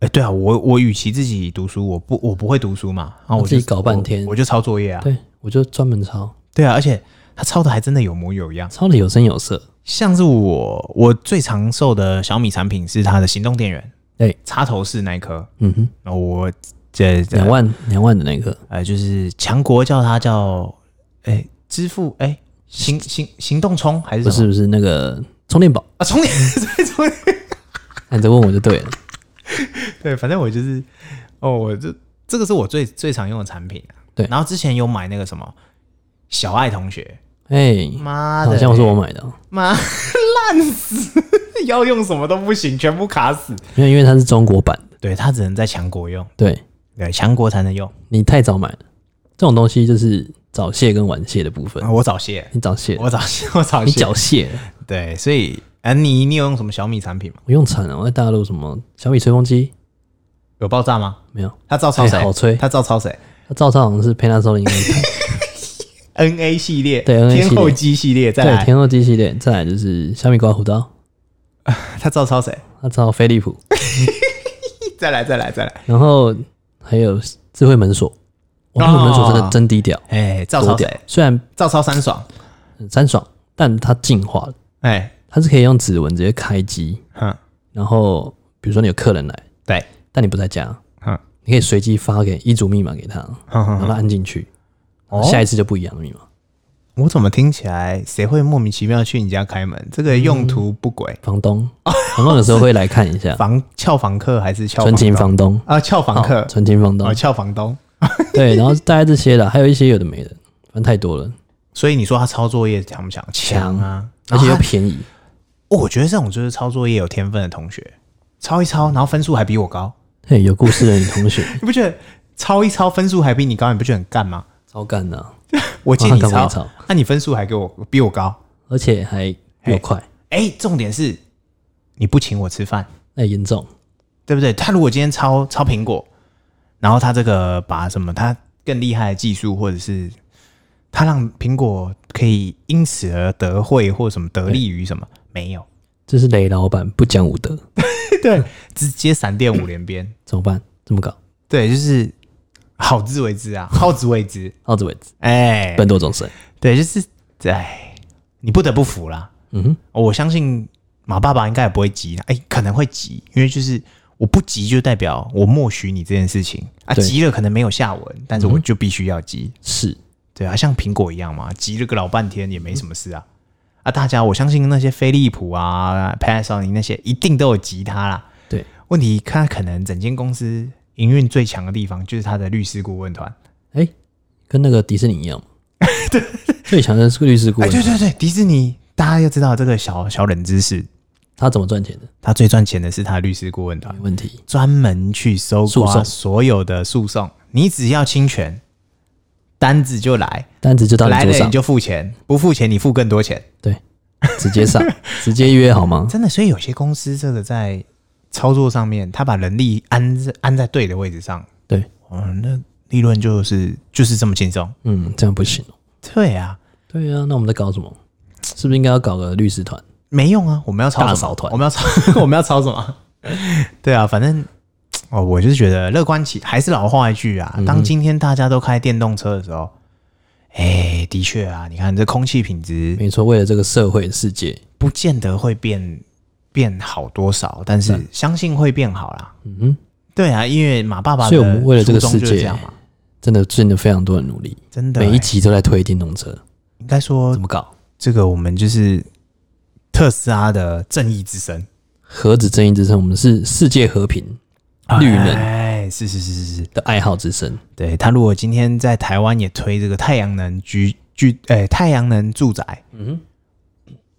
[SPEAKER 2] 哎、对啊，我我与其自己读书，我不我不会读书嘛，然后我
[SPEAKER 1] 自己
[SPEAKER 2] 就
[SPEAKER 1] 搞半天
[SPEAKER 2] 我，我就抄作业啊。
[SPEAKER 1] 对我就专门抄，
[SPEAKER 2] 对啊，而且他抄的还真的有模有样。
[SPEAKER 1] 抄的有声有色。
[SPEAKER 2] 像是我我最常受的小米产品是它的行动电源，
[SPEAKER 1] 对，
[SPEAKER 2] 插头式那一颗，
[SPEAKER 1] 嗯哼，
[SPEAKER 2] 然后我这这
[SPEAKER 1] 两万两万的那个，
[SPEAKER 2] 呃，就是强国叫它叫哎、支付哎、行行行动充还是
[SPEAKER 1] 不
[SPEAKER 2] 什
[SPEAKER 1] 是
[SPEAKER 2] 么
[SPEAKER 1] 不是那个充电宝？哎
[SPEAKER 2] 啊充 电对 充电
[SPEAKER 1] 那你再问我就对了。
[SPEAKER 2] 对，反正我就是哦，我这这个是我最最常用的产品啊。
[SPEAKER 1] 对
[SPEAKER 2] 然后之前有买那个什么小爱同学，
[SPEAKER 1] 哎，
[SPEAKER 2] 妈的，
[SPEAKER 1] 好像是我买的哦，
[SPEAKER 2] 妈烂死， 要用什么都不行，全部卡死。
[SPEAKER 1] 没有，因为它是中国版的。
[SPEAKER 2] 对，它只能在强国用，
[SPEAKER 1] 对
[SPEAKER 2] 对，强国才能用。
[SPEAKER 1] 你太早买了，这种东西就是早泄跟晚泄的部分
[SPEAKER 2] 啊。我早泄，
[SPEAKER 1] 你早泄了，
[SPEAKER 2] 我早泄，我早
[SPEAKER 1] 你
[SPEAKER 2] 泄。
[SPEAKER 1] 早泄了，
[SPEAKER 2] 对，所以啊，你你有用什么小米产品吗？
[SPEAKER 1] 我用惨了。我在大陆什么小米吹风机
[SPEAKER 2] 有爆炸吗？
[SPEAKER 1] 没有？
[SPEAKER 2] 他照抄谁？
[SPEAKER 1] 哎好吹
[SPEAKER 2] 他照抄谁
[SPEAKER 1] 它照常好像是 Panasonic 那一台，
[SPEAKER 2] ？N A 系列，
[SPEAKER 1] 对 NA 系列
[SPEAKER 2] 天后机系列，再
[SPEAKER 1] 对，
[SPEAKER 2] 来，
[SPEAKER 1] 天后机系列，再来就是小米刮胡刀，
[SPEAKER 2] 他照抄谁？
[SPEAKER 1] 它照飞利浦，
[SPEAKER 2] 哎再来，再来，再来，
[SPEAKER 1] 然后还有智慧门锁，哇，智慧门锁真的
[SPEAKER 2] 哦
[SPEAKER 1] 真低调，
[SPEAKER 2] 哎，照
[SPEAKER 1] 多
[SPEAKER 2] 抄
[SPEAKER 1] 屌
[SPEAKER 2] 谁？！
[SPEAKER 1] 虽然
[SPEAKER 2] 照抄三爽，
[SPEAKER 1] 很酸爽，但它进化了，
[SPEAKER 2] 哎，
[SPEAKER 1] 它是可以用指纹直接开机，
[SPEAKER 2] 哼，
[SPEAKER 1] 然后比如说你有客人来，
[SPEAKER 2] 对，
[SPEAKER 1] 但你不在家，
[SPEAKER 2] 哼，
[SPEAKER 1] 你可以随机发给一组密码给他，然
[SPEAKER 2] 哼哼，
[SPEAKER 1] 后他按进去，
[SPEAKER 2] 哦
[SPEAKER 1] 下一次就不一样的密码。
[SPEAKER 2] 我怎么听起来谁会莫名其妙去你家开门？这个用途不轨，
[SPEAKER 1] 房东，房东有时候会来看一下，
[SPEAKER 2] 哦 房撬房客还是撬
[SPEAKER 1] 嗯纯情
[SPEAKER 2] 东
[SPEAKER 1] 房东，
[SPEAKER 2] 啊？撬房客
[SPEAKER 1] 好，纯情房东
[SPEAKER 2] 啊，，撬房东。
[SPEAKER 1] 对，然后大概这些啦，还有一些有的没的，反正太多了，
[SPEAKER 2] 所以你说他抄作业强不强？强啊，
[SPEAKER 1] 而且又便宜，
[SPEAKER 2] 哦，我觉得这种就是抄作业有天分的同学，抄一抄，然后分数还比我高，
[SPEAKER 1] 嘿，有故事的女同学，
[SPEAKER 2] 你不觉得抄一抄分数还比你高，你不觉得很干吗？
[SPEAKER 1] 超干的啊，
[SPEAKER 2] 我借你
[SPEAKER 1] 我干嘛
[SPEAKER 2] 抄，
[SPEAKER 1] 抄
[SPEAKER 2] 那、你分数还给我比我高，
[SPEAKER 1] 而且还又快，
[SPEAKER 2] 哎、重点是你不请我吃饭，
[SPEAKER 1] 那严重，
[SPEAKER 2] 对不对？他如果今天抄抄苹果，然后他这个把什么他更厉害的技术，或者是他让苹果可以因此而得惠或什么得利于什么，
[SPEAKER 1] 嗯
[SPEAKER 2] 没有，
[SPEAKER 1] 这是雷老板不讲武德，
[SPEAKER 2] 对，直接闪电五 连鞭，
[SPEAKER 1] 怎么办？这么搞，
[SPEAKER 2] 对，就是好自为之啊，好自为之，
[SPEAKER 1] 到此为止，
[SPEAKER 2] 哎、
[SPEAKER 1] 笨惰终身，
[SPEAKER 2] 对，就是哎，你不得不服啦。
[SPEAKER 1] 嗯哼，
[SPEAKER 2] 哦我相信马爸爸应该也不会急啦，哎、可能会急，因为就是我不急就代表我默许你这件事情啊，
[SPEAKER 1] 对嗯
[SPEAKER 2] 急了可能没有下文，但是我就必须要急，
[SPEAKER 1] 是
[SPEAKER 2] 对啊，像苹果一样嘛，急了个老半天也没什么事啊。啊，大家，我相信那些飞利浦啊、Panasonic 那些一定都有急他啦。
[SPEAKER 1] 对，
[SPEAKER 2] 问题看可能整间公司营运最强的地方就是他的律师顾问团。
[SPEAKER 1] 哎，跟那个迪士尼一样 嘛，对，最强的是律师顾
[SPEAKER 2] 哎，
[SPEAKER 1] 问，
[SPEAKER 2] 对对对，迪士尼，大家要知道这个小小冷知识，
[SPEAKER 1] 他怎么赚钱的？
[SPEAKER 2] 他最赚钱的是他律师顾问团
[SPEAKER 1] 没，问题。
[SPEAKER 2] 专门去搜
[SPEAKER 1] 诉
[SPEAKER 2] 刮
[SPEAKER 1] 讼
[SPEAKER 2] 所有的诉讼，你只要侵权，单子就来，
[SPEAKER 1] 单子就到你
[SPEAKER 2] 来
[SPEAKER 1] 桌
[SPEAKER 2] 了你
[SPEAKER 1] 上，
[SPEAKER 2] 就付钱，不付钱你付更多钱。
[SPEAKER 1] 对，直接 上，直接约好吗？
[SPEAKER 2] 真的，所以有些公司真的在操作上面，他把人力安在安在对的位置上，
[SPEAKER 1] 对，
[SPEAKER 2] 嗯，那利润就是就是这么轻松。
[SPEAKER 1] 嗯，这样不行哦。
[SPEAKER 2] 对啊，
[SPEAKER 1] 对啊，那我们在搞什么？是不是应该要搞个律师团？
[SPEAKER 2] 没用啊，我们要抄什么
[SPEAKER 1] 大扫团
[SPEAKER 2] 我们要抄， 我们要抄什么？对啊，反正哦，我就是觉得乐观起，还是老话一句啊，
[SPEAKER 1] 嗯
[SPEAKER 2] 当今天大家都开电动车的时候，哎、的确啊，你看这空气品质
[SPEAKER 1] 没错，为了这个社会世界，
[SPEAKER 2] 不见得会变变好多少，但是相信会变好啦。
[SPEAKER 1] 嗯哼，
[SPEAKER 2] 对啊，因为马爸爸的
[SPEAKER 1] 所以我们为了这个
[SPEAKER 2] 初衷就是
[SPEAKER 1] 世界
[SPEAKER 2] 这样嘛，
[SPEAKER 1] 真的真的非常多人努力，
[SPEAKER 2] 真的、
[SPEAKER 1] 每一
[SPEAKER 2] 哎
[SPEAKER 1] 集都在推电动车，
[SPEAKER 2] 应该说
[SPEAKER 1] 怎么搞？
[SPEAKER 2] 这个我们就是特斯拉的正义之神，
[SPEAKER 1] 何止正义之声，我们是世界和平绿能
[SPEAKER 2] 哎，是是是是是。
[SPEAKER 1] 的爱好之声。
[SPEAKER 2] 对他如果今天在台湾也推这个太阳能居居，诶、太阳能住宅，
[SPEAKER 1] 嗯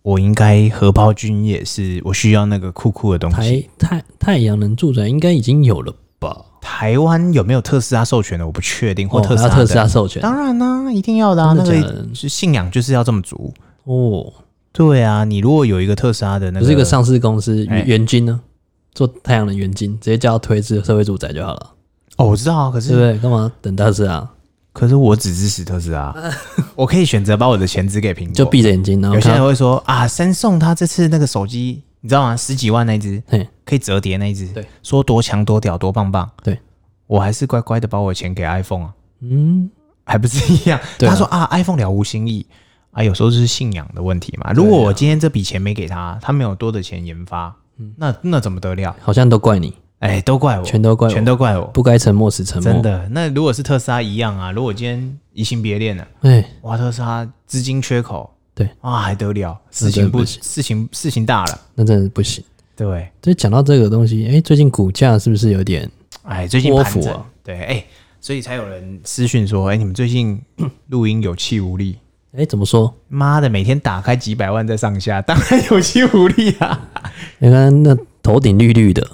[SPEAKER 2] 我应该荷包君也是，我需要那个酷酷的东
[SPEAKER 1] 哼，
[SPEAKER 2] 西。
[SPEAKER 1] 台太太阳能住宅应该已经有了吧？
[SPEAKER 2] 台湾有没有特斯拉授权的，我不确定，或
[SPEAKER 1] 哦，
[SPEAKER 2] 特
[SPEAKER 1] 还
[SPEAKER 2] 斯
[SPEAKER 1] 要
[SPEAKER 2] 拉的。
[SPEAKER 1] 特斯拉授权
[SPEAKER 2] 当然啦、一定要的啊，
[SPEAKER 1] 真的
[SPEAKER 2] 那
[SPEAKER 1] 假
[SPEAKER 2] 个
[SPEAKER 1] 的
[SPEAKER 2] 是信仰就是要这么足。
[SPEAKER 1] 哦，
[SPEAKER 2] 对啊，你如果有一个特斯拉的那
[SPEAKER 1] 不
[SPEAKER 2] 个，
[SPEAKER 1] 是一个上市公司，
[SPEAKER 2] 哎
[SPEAKER 1] 原原金呢？做太阳能原金，直接叫它推至社会住宅就好了，
[SPEAKER 2] 哦，我知道啊，可
[SPEAKER 1] 对不
[SPEAKER 2] 是
[SPEAKER 1] 对？干嘛等特斯拉？
[SPEAKER 2] 可是我只支持特斯拉， 我可以选择把我的钱只给苹果。
[SPEAKER 1] 就闭着眼睛，然后
[SPEAKER 2] 有些
[SPEAKER 1] 看
[SPEAKER 2] 人
[SPEAKER 1] 到，
[SPEAKER 2] 会说啊，三送他这次那个手机，你知道吗？十几万那一只，
[SPEAKER 1] 嘿，
[SPEAKER 2] 可以折叠那一只，
[SPEAKER 1] 对，
[SPEAKER 2] 说多强多屌多棒棒，
[SPEAKER 1] 对
[SPEAKER 2] 我还是乖乖的把我钱给 iPhone 啊，
[SPEAKER 1] 嗯，
[SPEAKER 2] 还不是一样？
[SPEAKER 1] 对啊
[SPEAKER 2] 他说啊，iPhone 了无新意啊，有时候就是信仰的问题
[SPEAKER 1] 啊
[SPEAKER 2] 嘛。如果我今天这笔钱没给他，他没有多的钱研发，那那怎么得了？
[SPEAKER 1] 好像都怪你，
[SPEAKER 2] 哎，都怪我，
[SPEAKER 1] 嗯全都怪我
[SPEAKER 2] 全都怪我，
[SPEAKER 1] 不该沉默时沉默。
[SPEAKER 2] 真，的。那如果是特斯拉一样啊，如果今天移情别恋了，
[SPEAKER 1] 哎，
[SPEAKER 2] 哇，特斯拉资金缺口，
[SPEAKER 1] 对
[SPEAKER 2] 啊，还得了？
[SPEAKER 1] 那
[SPEAKER 2] 事
[SPEAKER 1] 真的
[SPEAKER 2] 情
[SPEAKER 1] 不
[SPEAKER 2] 不
[SPEAKER 1] 行
[SPEAKER 2] 事情事情大了，
[SPEAKER 1] 那真的不行。
[SPEAKER 2] 对。
[SPEAKER 1] 所以讲到这个东西，哎，最近股价是不是有点？
[SPEAKER 2] 哎，最近
[SPEAKER 1] 波
[SPEAKER 2] 盘
[SPEAKER 1] 幅
[SPEAKER 2] 整
[SPEAKER 1] 啊
[SPEAKER 2] 对，哎、所以才有人私讯说，哎、你们最 近录音有气无力。
[SPEAKER 1] 哎，怎么说？
[SPEAKER 2] 妈的，每天打开几百万在上下， 当然有气无力啊！
[SPEAKER 1] 你看那头顶绿绿的，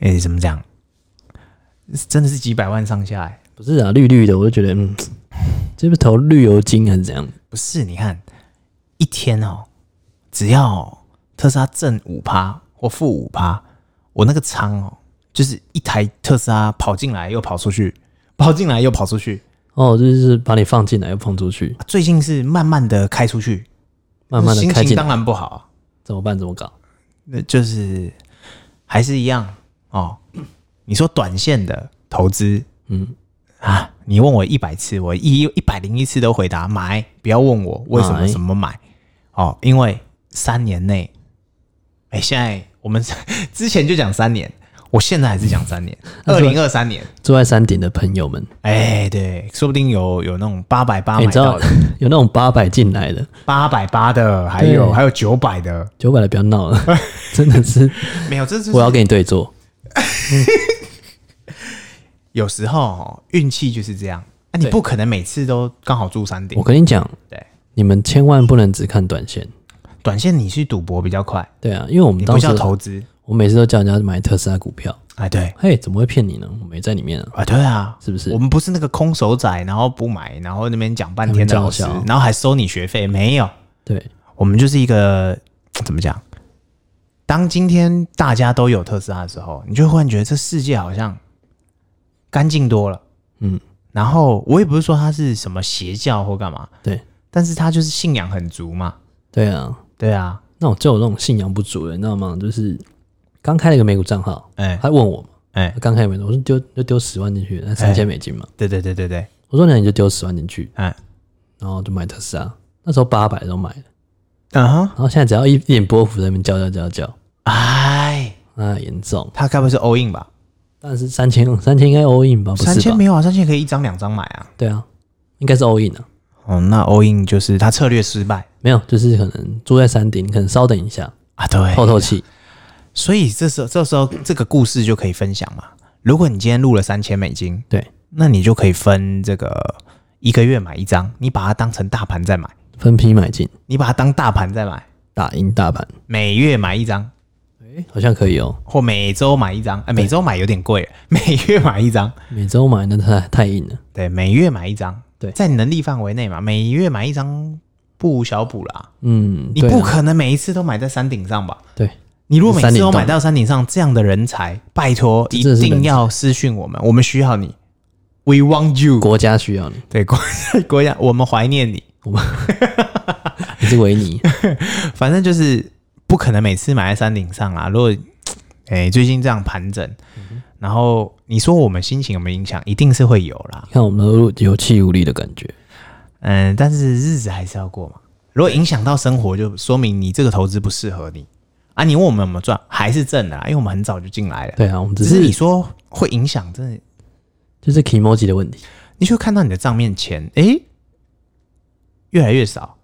[SPEAKER 2] 哎、怎么讲？真的是几百万上下哎、
[SPEAKER 1] 不是啊，绿绿的，我就觉得，嗯，这不是投绿油精还是怎样？
[SPEAKER 2] 不是？你看一天哦，只要特斯拉挣五趴或负五趴，我那个仓哦，就是一台特斯拉跑进来又跑出去，跑进来又跑出去。啊
[SPEAKER 1] 哦，就是把你放进来又放出去，
[SPEAKER 2] 最近是慢慢的开出去，
[SPEAKER 1] 慢慢的
[SPEAKER 2] 心
[SPEAKER 1] 开
[SPEAKER 2] 情
[SPEAKER 1] 进
[SPEAKER 2] 当
[SPEAKER 1] 来，
[SPEAKER 2] 然不好啊、
[SPEAKER 1] 怎么办？怎么搞？
[SPEAKER 2] 那就是还是一样哦。你说短线的投资
[SPEAKER 1] 嗯，
[SPEAKER 2] 啊，你问我一百次，我一一百零一次都回答买，不要问我为什么
[SPEAKER 1] 买
[SPEAKER 2] 怎么买哦，因为三年内，哎、现在我们 之前就讲三年，我现在还是讲三年，
[SPEAKER 1] 嗯
[SPEAKER 2] 二零二三年，
[SPEAKER 1] 住在山顶的朋友们，
[SPEAKER 2] 哎、对，说不定有有那种八百八
[SPEAKER 1] 哎
[SPEAKER 2] 买
[SPEAKER 1] 你知
[SPEAKER 2] 到
[SPEAKER 1] 道
[SPEAKER 2] 的，
[SPEAKER 1] 有那种八百进来的，
[SPEAKER 2] 八百八的，还有
[SPEAKER 1] 对
[SPEAKER 2] 还有九百的，
[SPEAKER 1] 九百的不要闹了， 真的是，
[SPEAKER 2] 没有，这就是
[SPEAKER 1] 我要跟你对坐。
[SPEAKER 2] 有时候哦运气就是这样，那、你
[SPEAKER 1] 对
[SPEAKER 2] 不可能每次都刚好住山顶
[SPEAKER 1] 我。跟你讲，
[SPEAKER 2] 对，
[SPEAKER 1] 你们千万不能只看短线。
[SPEAKER 2] 短线你去赌博比较快，
[SPEAKER 1] 对啊，因为我们
[SPEAKER 2] 你
[SPEAKER 1] 当
[SPEAKER 2] 不
[SPEAKER 1] 时
[SPEAKER 2] 叫投资。
[SPEAKER 1] 我每次都叫人家买特斯拉股票，
[SPEAKER 2] 哎，对，
[SPEAKER 1] 嘿，怎么会骗你呢？我没在里面啊，
[SPEAKER 2] 啊，对啊，
[SPEAKER 1] 是不是
[SPEAKER 2] 我？们不是那个空手仔，然后不买，然后那边讲半天的老师
[SPEAKER 1] 他们这样，笑
[SPEAKER 2] 然后还收你学费，没有，
[SPEAKER 1] 对，
[SPEAKER 2] 我们就是一个怎么讲？当今天大家都有特斯拉的时候，你就忽然觉得这世界好像干净多了。
[SPEAKER 1] 嗯，
[SPEAKER 2] 然后我也不是说它是什么邪教或干嘛，
[SPEAKER 1] 对，
[SPEAKER 2] 但是它就是信仰很足嘛。
[SPEAKER 1] 对啊。
[SPEAKER 2] 对啊，
[SPEAKER 1] 那我就有那种信仰不足的，你知道吗？就是刚开了一个美股账号，
[SPEAKER 2] 哎
[SPEAKER 1] 他问我嘛，
[SPEAKER 2] 哎，
[SPEAKER 1] 刚开美股，我说丢就丢十万进去，那三千美金嘛。
[SPEAKER 2] 对对对对对，
[SPEAKER 1] 我说那你就丢十万进去，
[SPEAKER 2] 哎，
[SPEAKER 1] 然后就买特斯拉。那时候八百都买了，
[SPEAKER 2] 嗯哼，
[SPEAKER 1] 然后现在只要一一点波幅在那边叫叫叫叫，
[SPEAKER 2] 哎，
[SPEAKER 1] 啊，严重。
[SPEAKER 2] 他该不会是 all in 吧？
[SPEAKER 1] 但是三千三千应该 all in 吧？不
[SPEAKER 2] 三
[SPEAKER 1] 是
[SPEAKER 2] 千
[SPEAKER 1] 吧？
[SPEAKER 2] 没有啊，三千可以一张两张买啊。
[SPEAKER 1] 对啊，应该是 all in 啊。
[SPEAKER 2] 哦，那 all in 就是他策略失败
[SPEAKER 1] 没有，就是可能住在山顶，可能稍等一下，
[SPEAKER 2] 啊，对
[SPEAKER 1] 透透气。
[SPEAKER 2] 所以这时候这时候这个故事就可以分享嘛。如果你今天录了三千美金，
[SPEAKER 1] 对，
[SPEAKER 2] 那你就可以分这个一个月买一张，你把它当成大盘在买，
[SPEAKER 1] 分批买进，
[SPEAKER 2] 你把它当大盘在买，
[SPEAKER 1] 打赢大盘。
[SPEAKER 2] 每月买一张，
[SPEAKER 1] 诶好像可以哦、
[SPEAKER 2] 或每周买一张，哎、每周买有点贵，每月买一张，
[SPEAKER 1] 每周买那太太硬了，
[SPEAKER 2] 对，每月买一张，
[SPEAKER 1] 对
[SPEAKER 2] 在你能力范围内嘛，每月买一张不无小补啦。
[SPEAKER 1] 嗯，
[SPEAKER 2] 你
[SPEAKER 1] 对
[SPEAKER 2] 不
[SPEAKER 1] 啊
[SPEAKER 2] 可能每一次都买在山顶上吧？
[SPEAKER 1] 对，
[SPEAKER 2] 你如果每
[SPEAKER 1] 山
[SPEAKER 2] 次
[SPEAKER 1] 顶
[SPEAKER 2] 都
[SPEAKER 1] 洞
[SPEAKER 2] 买到山顶上，这样的人才，拜托
[SPEAKER 1] 这
[SPEAKER 2] 一
[SPEAKER 1] 真的是人才
[SPEAKER 2] 定要私讯我们，我们需要你，We want you。
[SPEAKER 1] 国家需要你，
[SPEAKER 2] 对，国国家，我们怀念你。
[SPEAKER 1] 你是维尼，
[SPEAKER 2] 反正就是不可能每次买在山顶上啦。如果哎、最近这样盘整，
[SPEAKER 1] 嗯
[SPEAKER 2] 然后你说我们心情有没有影响？一定是会有啦。
[SPEAKER 1] 你看我们都有气无力的感觉，
[SPEAKER 2] 嗯，但是日子还是要过嘛。如果影响到生活，就说明你这个投资不适合你啊。你问我们有没有赚，还是挣的啦，因为我们很早就进来了。
[SPEAKER 1] 对啊，我们只
[SPEAKER 2] 只是
[SPEAKER 1] 是
[SPEAKER 2] 你说会影响，真的，
[SPEAKER 1] 就是 k i m o j i 的问题，
[SPEAKER 2] 你就会看到你的账面钱，诶，越来越少，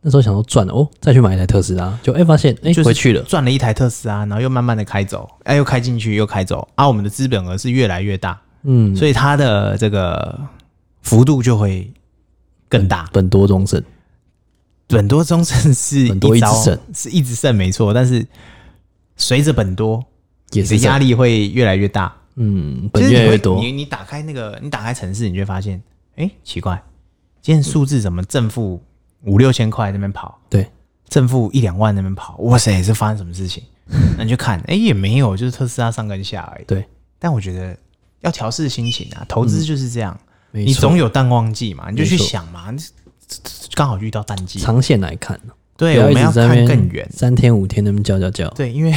[SPEAKER 1] 那时候想说赚了哦，再去买一台特斯拉，就哎、发现哎、
[SPEAKER 2] 就是
[SPEAKER 1] 回去了，
[SPEAKER 2] 赚了一台特斯拉，然后又慢慢的开走，哎、又开进去，又开走，啊，我们的资本额是越来越大，
[SPEAKER 1] 嗯，
[SPEAKER 2] 所以它的这个幅度就会更大。
[SPEAKER 1] 本多终身，
[SPEAKER 2] 本多终身是
[SPEAKER 1] 本多
[SPEAKER 2] 一
[SPEAKER 1] 一直
[SPEAKER 2] 招
[SPEAKER 1] 胜
[SPEAKER 2] 是一直胜没错，但是随着本多，
[SPEAKER 1] 也
[SPEAKER 2] 你的
[SPEAKER 1] 是这样
[SPEAKER 2] 压力会越来越大，
[SPEAKER 1] 嗯，
[SPEAKER 2] 就
[SPEAKER 1] 本
[SPEAKER 2] 是
[SPEAKER 1] 越
[SPEAKER 2] 你
[SPEAKER 1] 来
[SPEAKER 2] 会
[SPEAKER 1] 越多
[SPEAKER 2] 你，你打开那个，你打开城市，你就会发现，哎、奇怪，今天数字怎么正负五六千块那边跑，
[SPEAKER 1] 对，
[SPEAKER 2] 正负一两万那边跑，哇塞，是发生什么事 情？那你就看，哎、也没有，就是特斯拉上跟下而已。
[SPEAKER 1] 对，
[SPEAKER 2] 但我觉得要调试心情啊，投资就是这样，
[SPEAKER 1] 嗯没
[SPEAKER 2] 你
[SPEAKER 1] 错
[SPEAKER 2] 总有淡旺季嘛，你就去
[SPEAKER 1] 没错
[SPEAKER 2] 想嘛，你刚好遇到淡季，
[SPEAKER 1] 长线来看，啊
[SPEAKER 2] 对，我
[SPEAKER 1] 不
[SPEAKER 2] 们
[SPEAKER 1] 一
[SPEAKER 2] 要
[SPEAKER 1] 直在那
[SPEAKER 2] 看
[SPEAKER 1] 边
[SPEAKER 2] 更远。
[SPEAKER 1] 三天五天那边叫叫叫，
[SPEAKER 2] 对，因为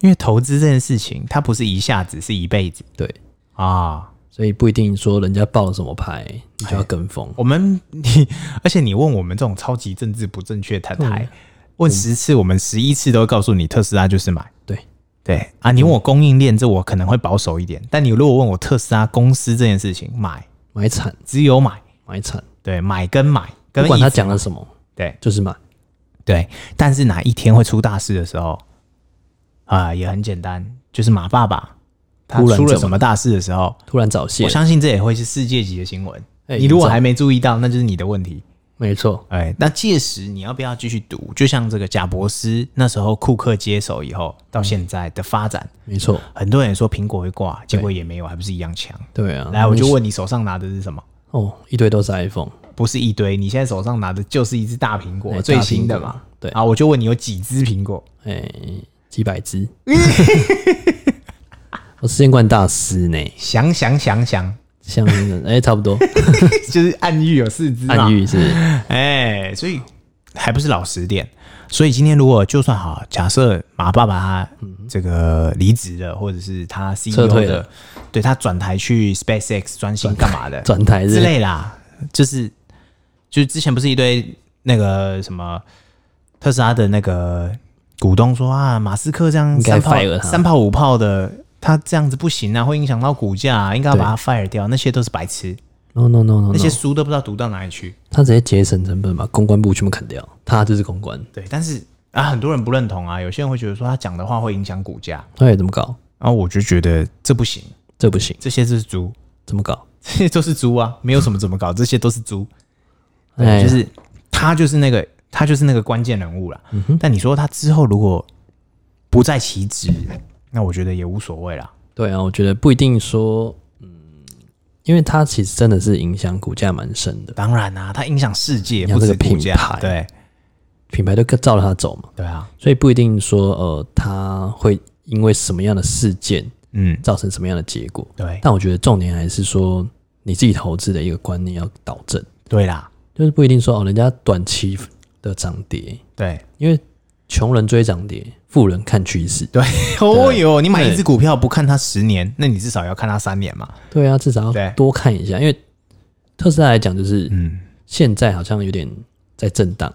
[SPEAKER 2] 因为投资这件事情，它不是一下子，是一辈子
[SPEAKER 1] 对，
[SPEAKER 2] 啊。
[SPEAKER 1] 所以不一定说人家报了什么牌，你
[SPEAKER 2] 哎
[SPEAKER 1] 就要跟风，
[SPEAKER 2] 我们你，而且你问我们这种超级政治不正确的台，问十次，我们十一次都会告诉你特斯拉就是买。
[SPEAKER 1] 对，
[SPEAKER 2] 对啊，你问我供应链，这我可能会保守一点，但你如果问我特斯拉公司这件事情，买
[SPEAKER 1] 买惨
[SPEAKER 2] 只有买，
[SPEAKER 1] 买惨，
[SPEAKER 2] 对，买跟买，跟啊
[SPEAKER 1] 不管他
[SPEAKER 2] 一直
[SPEAKER 1] 讲了什么，
[SPEAKER 2] 对
[SPEAKER 1] 就是买，
[SPEAKER 2] 对，但是哪一天会出大事的时候，啊、也很简单，就是马爸爸他
[SPEAKER 1] 忽然
[SPEAKER 2] 出了
[SPEAKER 1] 怎
[SPEAKER 2] 什么大事的时候，
[SPEAKER 1] 突然早泄
[SPEAKER 2] 我，相信这也会是世界级的新闻。
[SPEAKER 1] 哎
[SPEAKER 2] 你如
[SPEAKER 1] 严
[SPEAKER 2] 果
[SPEAKER 1] 重
[SPEAKER 2] 还没注意到，那就是你的问题。
[SPEAKER 1] 没错，
[SPEAKER 2] 哎，那届时你要不要继续读？就像这个贾博斯那时候库克接手以后到现
[SPEAKER 1] 嗯
[SPEAKER 2] 在的发展，
[SPEAKER 1] 没错，
[SPEAKER 2] 很多人说苹果会挂，结果也
[SPEAKER 1] 嗯
[SPEAKER 2] 没有，还不是一样强。
[SPEAKER 1] 对啊，
[SPEAKER 2] 来，我就问你手上拿的是什么？
[SPEAKER 1] 哦，一堆都是 iPhone，
[SPEAKER 2] 不是一堆，你现在手上拿的就是一只大苹果，
[SPEAKER 1] 哎
[SPEAKER 2] 最新的嘛。
[SPEAKER 1] 大苹果对
[SPEAKER 2] 啊，我就问你有几只苹果？
[SPEAKER 1] 哎、几百只， 我时间观大师呢，
[SPEAKER 2] 想想想想，
[SPEAKER 1] 像哎、差不多，
[SPEAKER 2] 就是暗喻有四只嘛。
[SPEAKER 1] 暗喻是
[SPEAKER 2] 哎、所以还不是老实点。所以今天如果就算好，假设马爸爸他这个离职了，或者是他 CEO
[SPEAKER 1] 撤退
[SPEAKER 2] 的
[SPEAKER 1] 了，
[SPEAKER 2] 对他转台去 SpaceX 专心干嘛的
[SPEAKER 1] 转台
[SPEAKER 2] 之
[SPEAKER 1] 是
[SPEAKER 2] 类啦，就是就是之前不是一堆那个什么特斯拉的那个股东说啊，马斯克这样
[SPEAKER 1] 应该
[SPEAKER 2] 三炮
[SPEAKER 1] fire 他
[SPEAKER 2] 三炮五炮的，他这样子不行啊，会影响到股价、啊，应该要把他 fire 掉。那些都是白痴，
[SPEAKER 1] Oh ，no no no no，, no
[SPEAKER 2] 那些书都不知道读到哪里去。
[SPEAKER 1] 他直接节省成本，把公关部全部砍掉，他就是公关，
[SPEAKER 2] 对，但是啊，很多人不认同啊，有些人会觉得说他讲的话会影响股价，
[SPEAKER 1] 他也怎么搞？
[SPEAKER 2] 然后啊我就觉得这不行，
[SPEAKER 1] 这不行，
[SPEAKER 2] 这些就是猪，
[SPEAKER 1] 怎么搞？
[SPEAKER 2] 这些都是猪啊，没有什么怎么搞，这些都是猪，对
[SPEAKER 1] 哎，
[SPEAKER 2] 就是他就是那个他就是那个关键人物啦。但你说他之后如果不在其职，那我觉得也无所谓啦。
[SPEAKER 1] 对啊，我觉得不一定说，嗯，因为它其实真的是影响股价蛮深的，
[SPEAKER 2] 当然啦、他影响世界，
[SPEAKER 1] 影响
[SPEAKER 2] 不
[SPEAKER 1] 这
[SPEAKER 2] 止
[SPEAKER 1] 个
[SPEAKER 2] 股
[SPEAKER 1] 品
[SPEAKER 2] 价，
[SPEAKER 1] 牌
[SPEAKER 2] 对
[SPEAKER 1] 品牌都跟照着它走嘛，
[SPEAKER 2] 对啊，
[SPEAKER 1] 所以不一定说呃，它会因为什么样的事件
[SPEAKER 2] 嗯，
[SPEAKER 1] 造成什么样的结果。
[SPEAKER 2] 对
[SPEAKER 1] 但我觉得重点还是说你自己投资的一个观念要导正，
[SPEAKER 2] 对啦，
[SPEAKER 1] 就是不一定说哦，人家短期的涨跌，
[SPEAKER 2] 对。
[SPEAKER 1] 因为穷人追涨跌，富人看趋势。
[SPEAKER 2] 对， 哦
[SPEAKER 1] 对
[SPEAKER 2] 哟，你买一只股票不看它十年，那你至少要看它三年嘛。
[SPEAKER 1] 对啊，至少
[SPEAKER 2] 对
[SPEAKER 1] 要多看一下，因为特斯拉来讲，就是
[SPEAKER 2] 嗯，
[SPEAKER 1] 现在好像有点在震荡，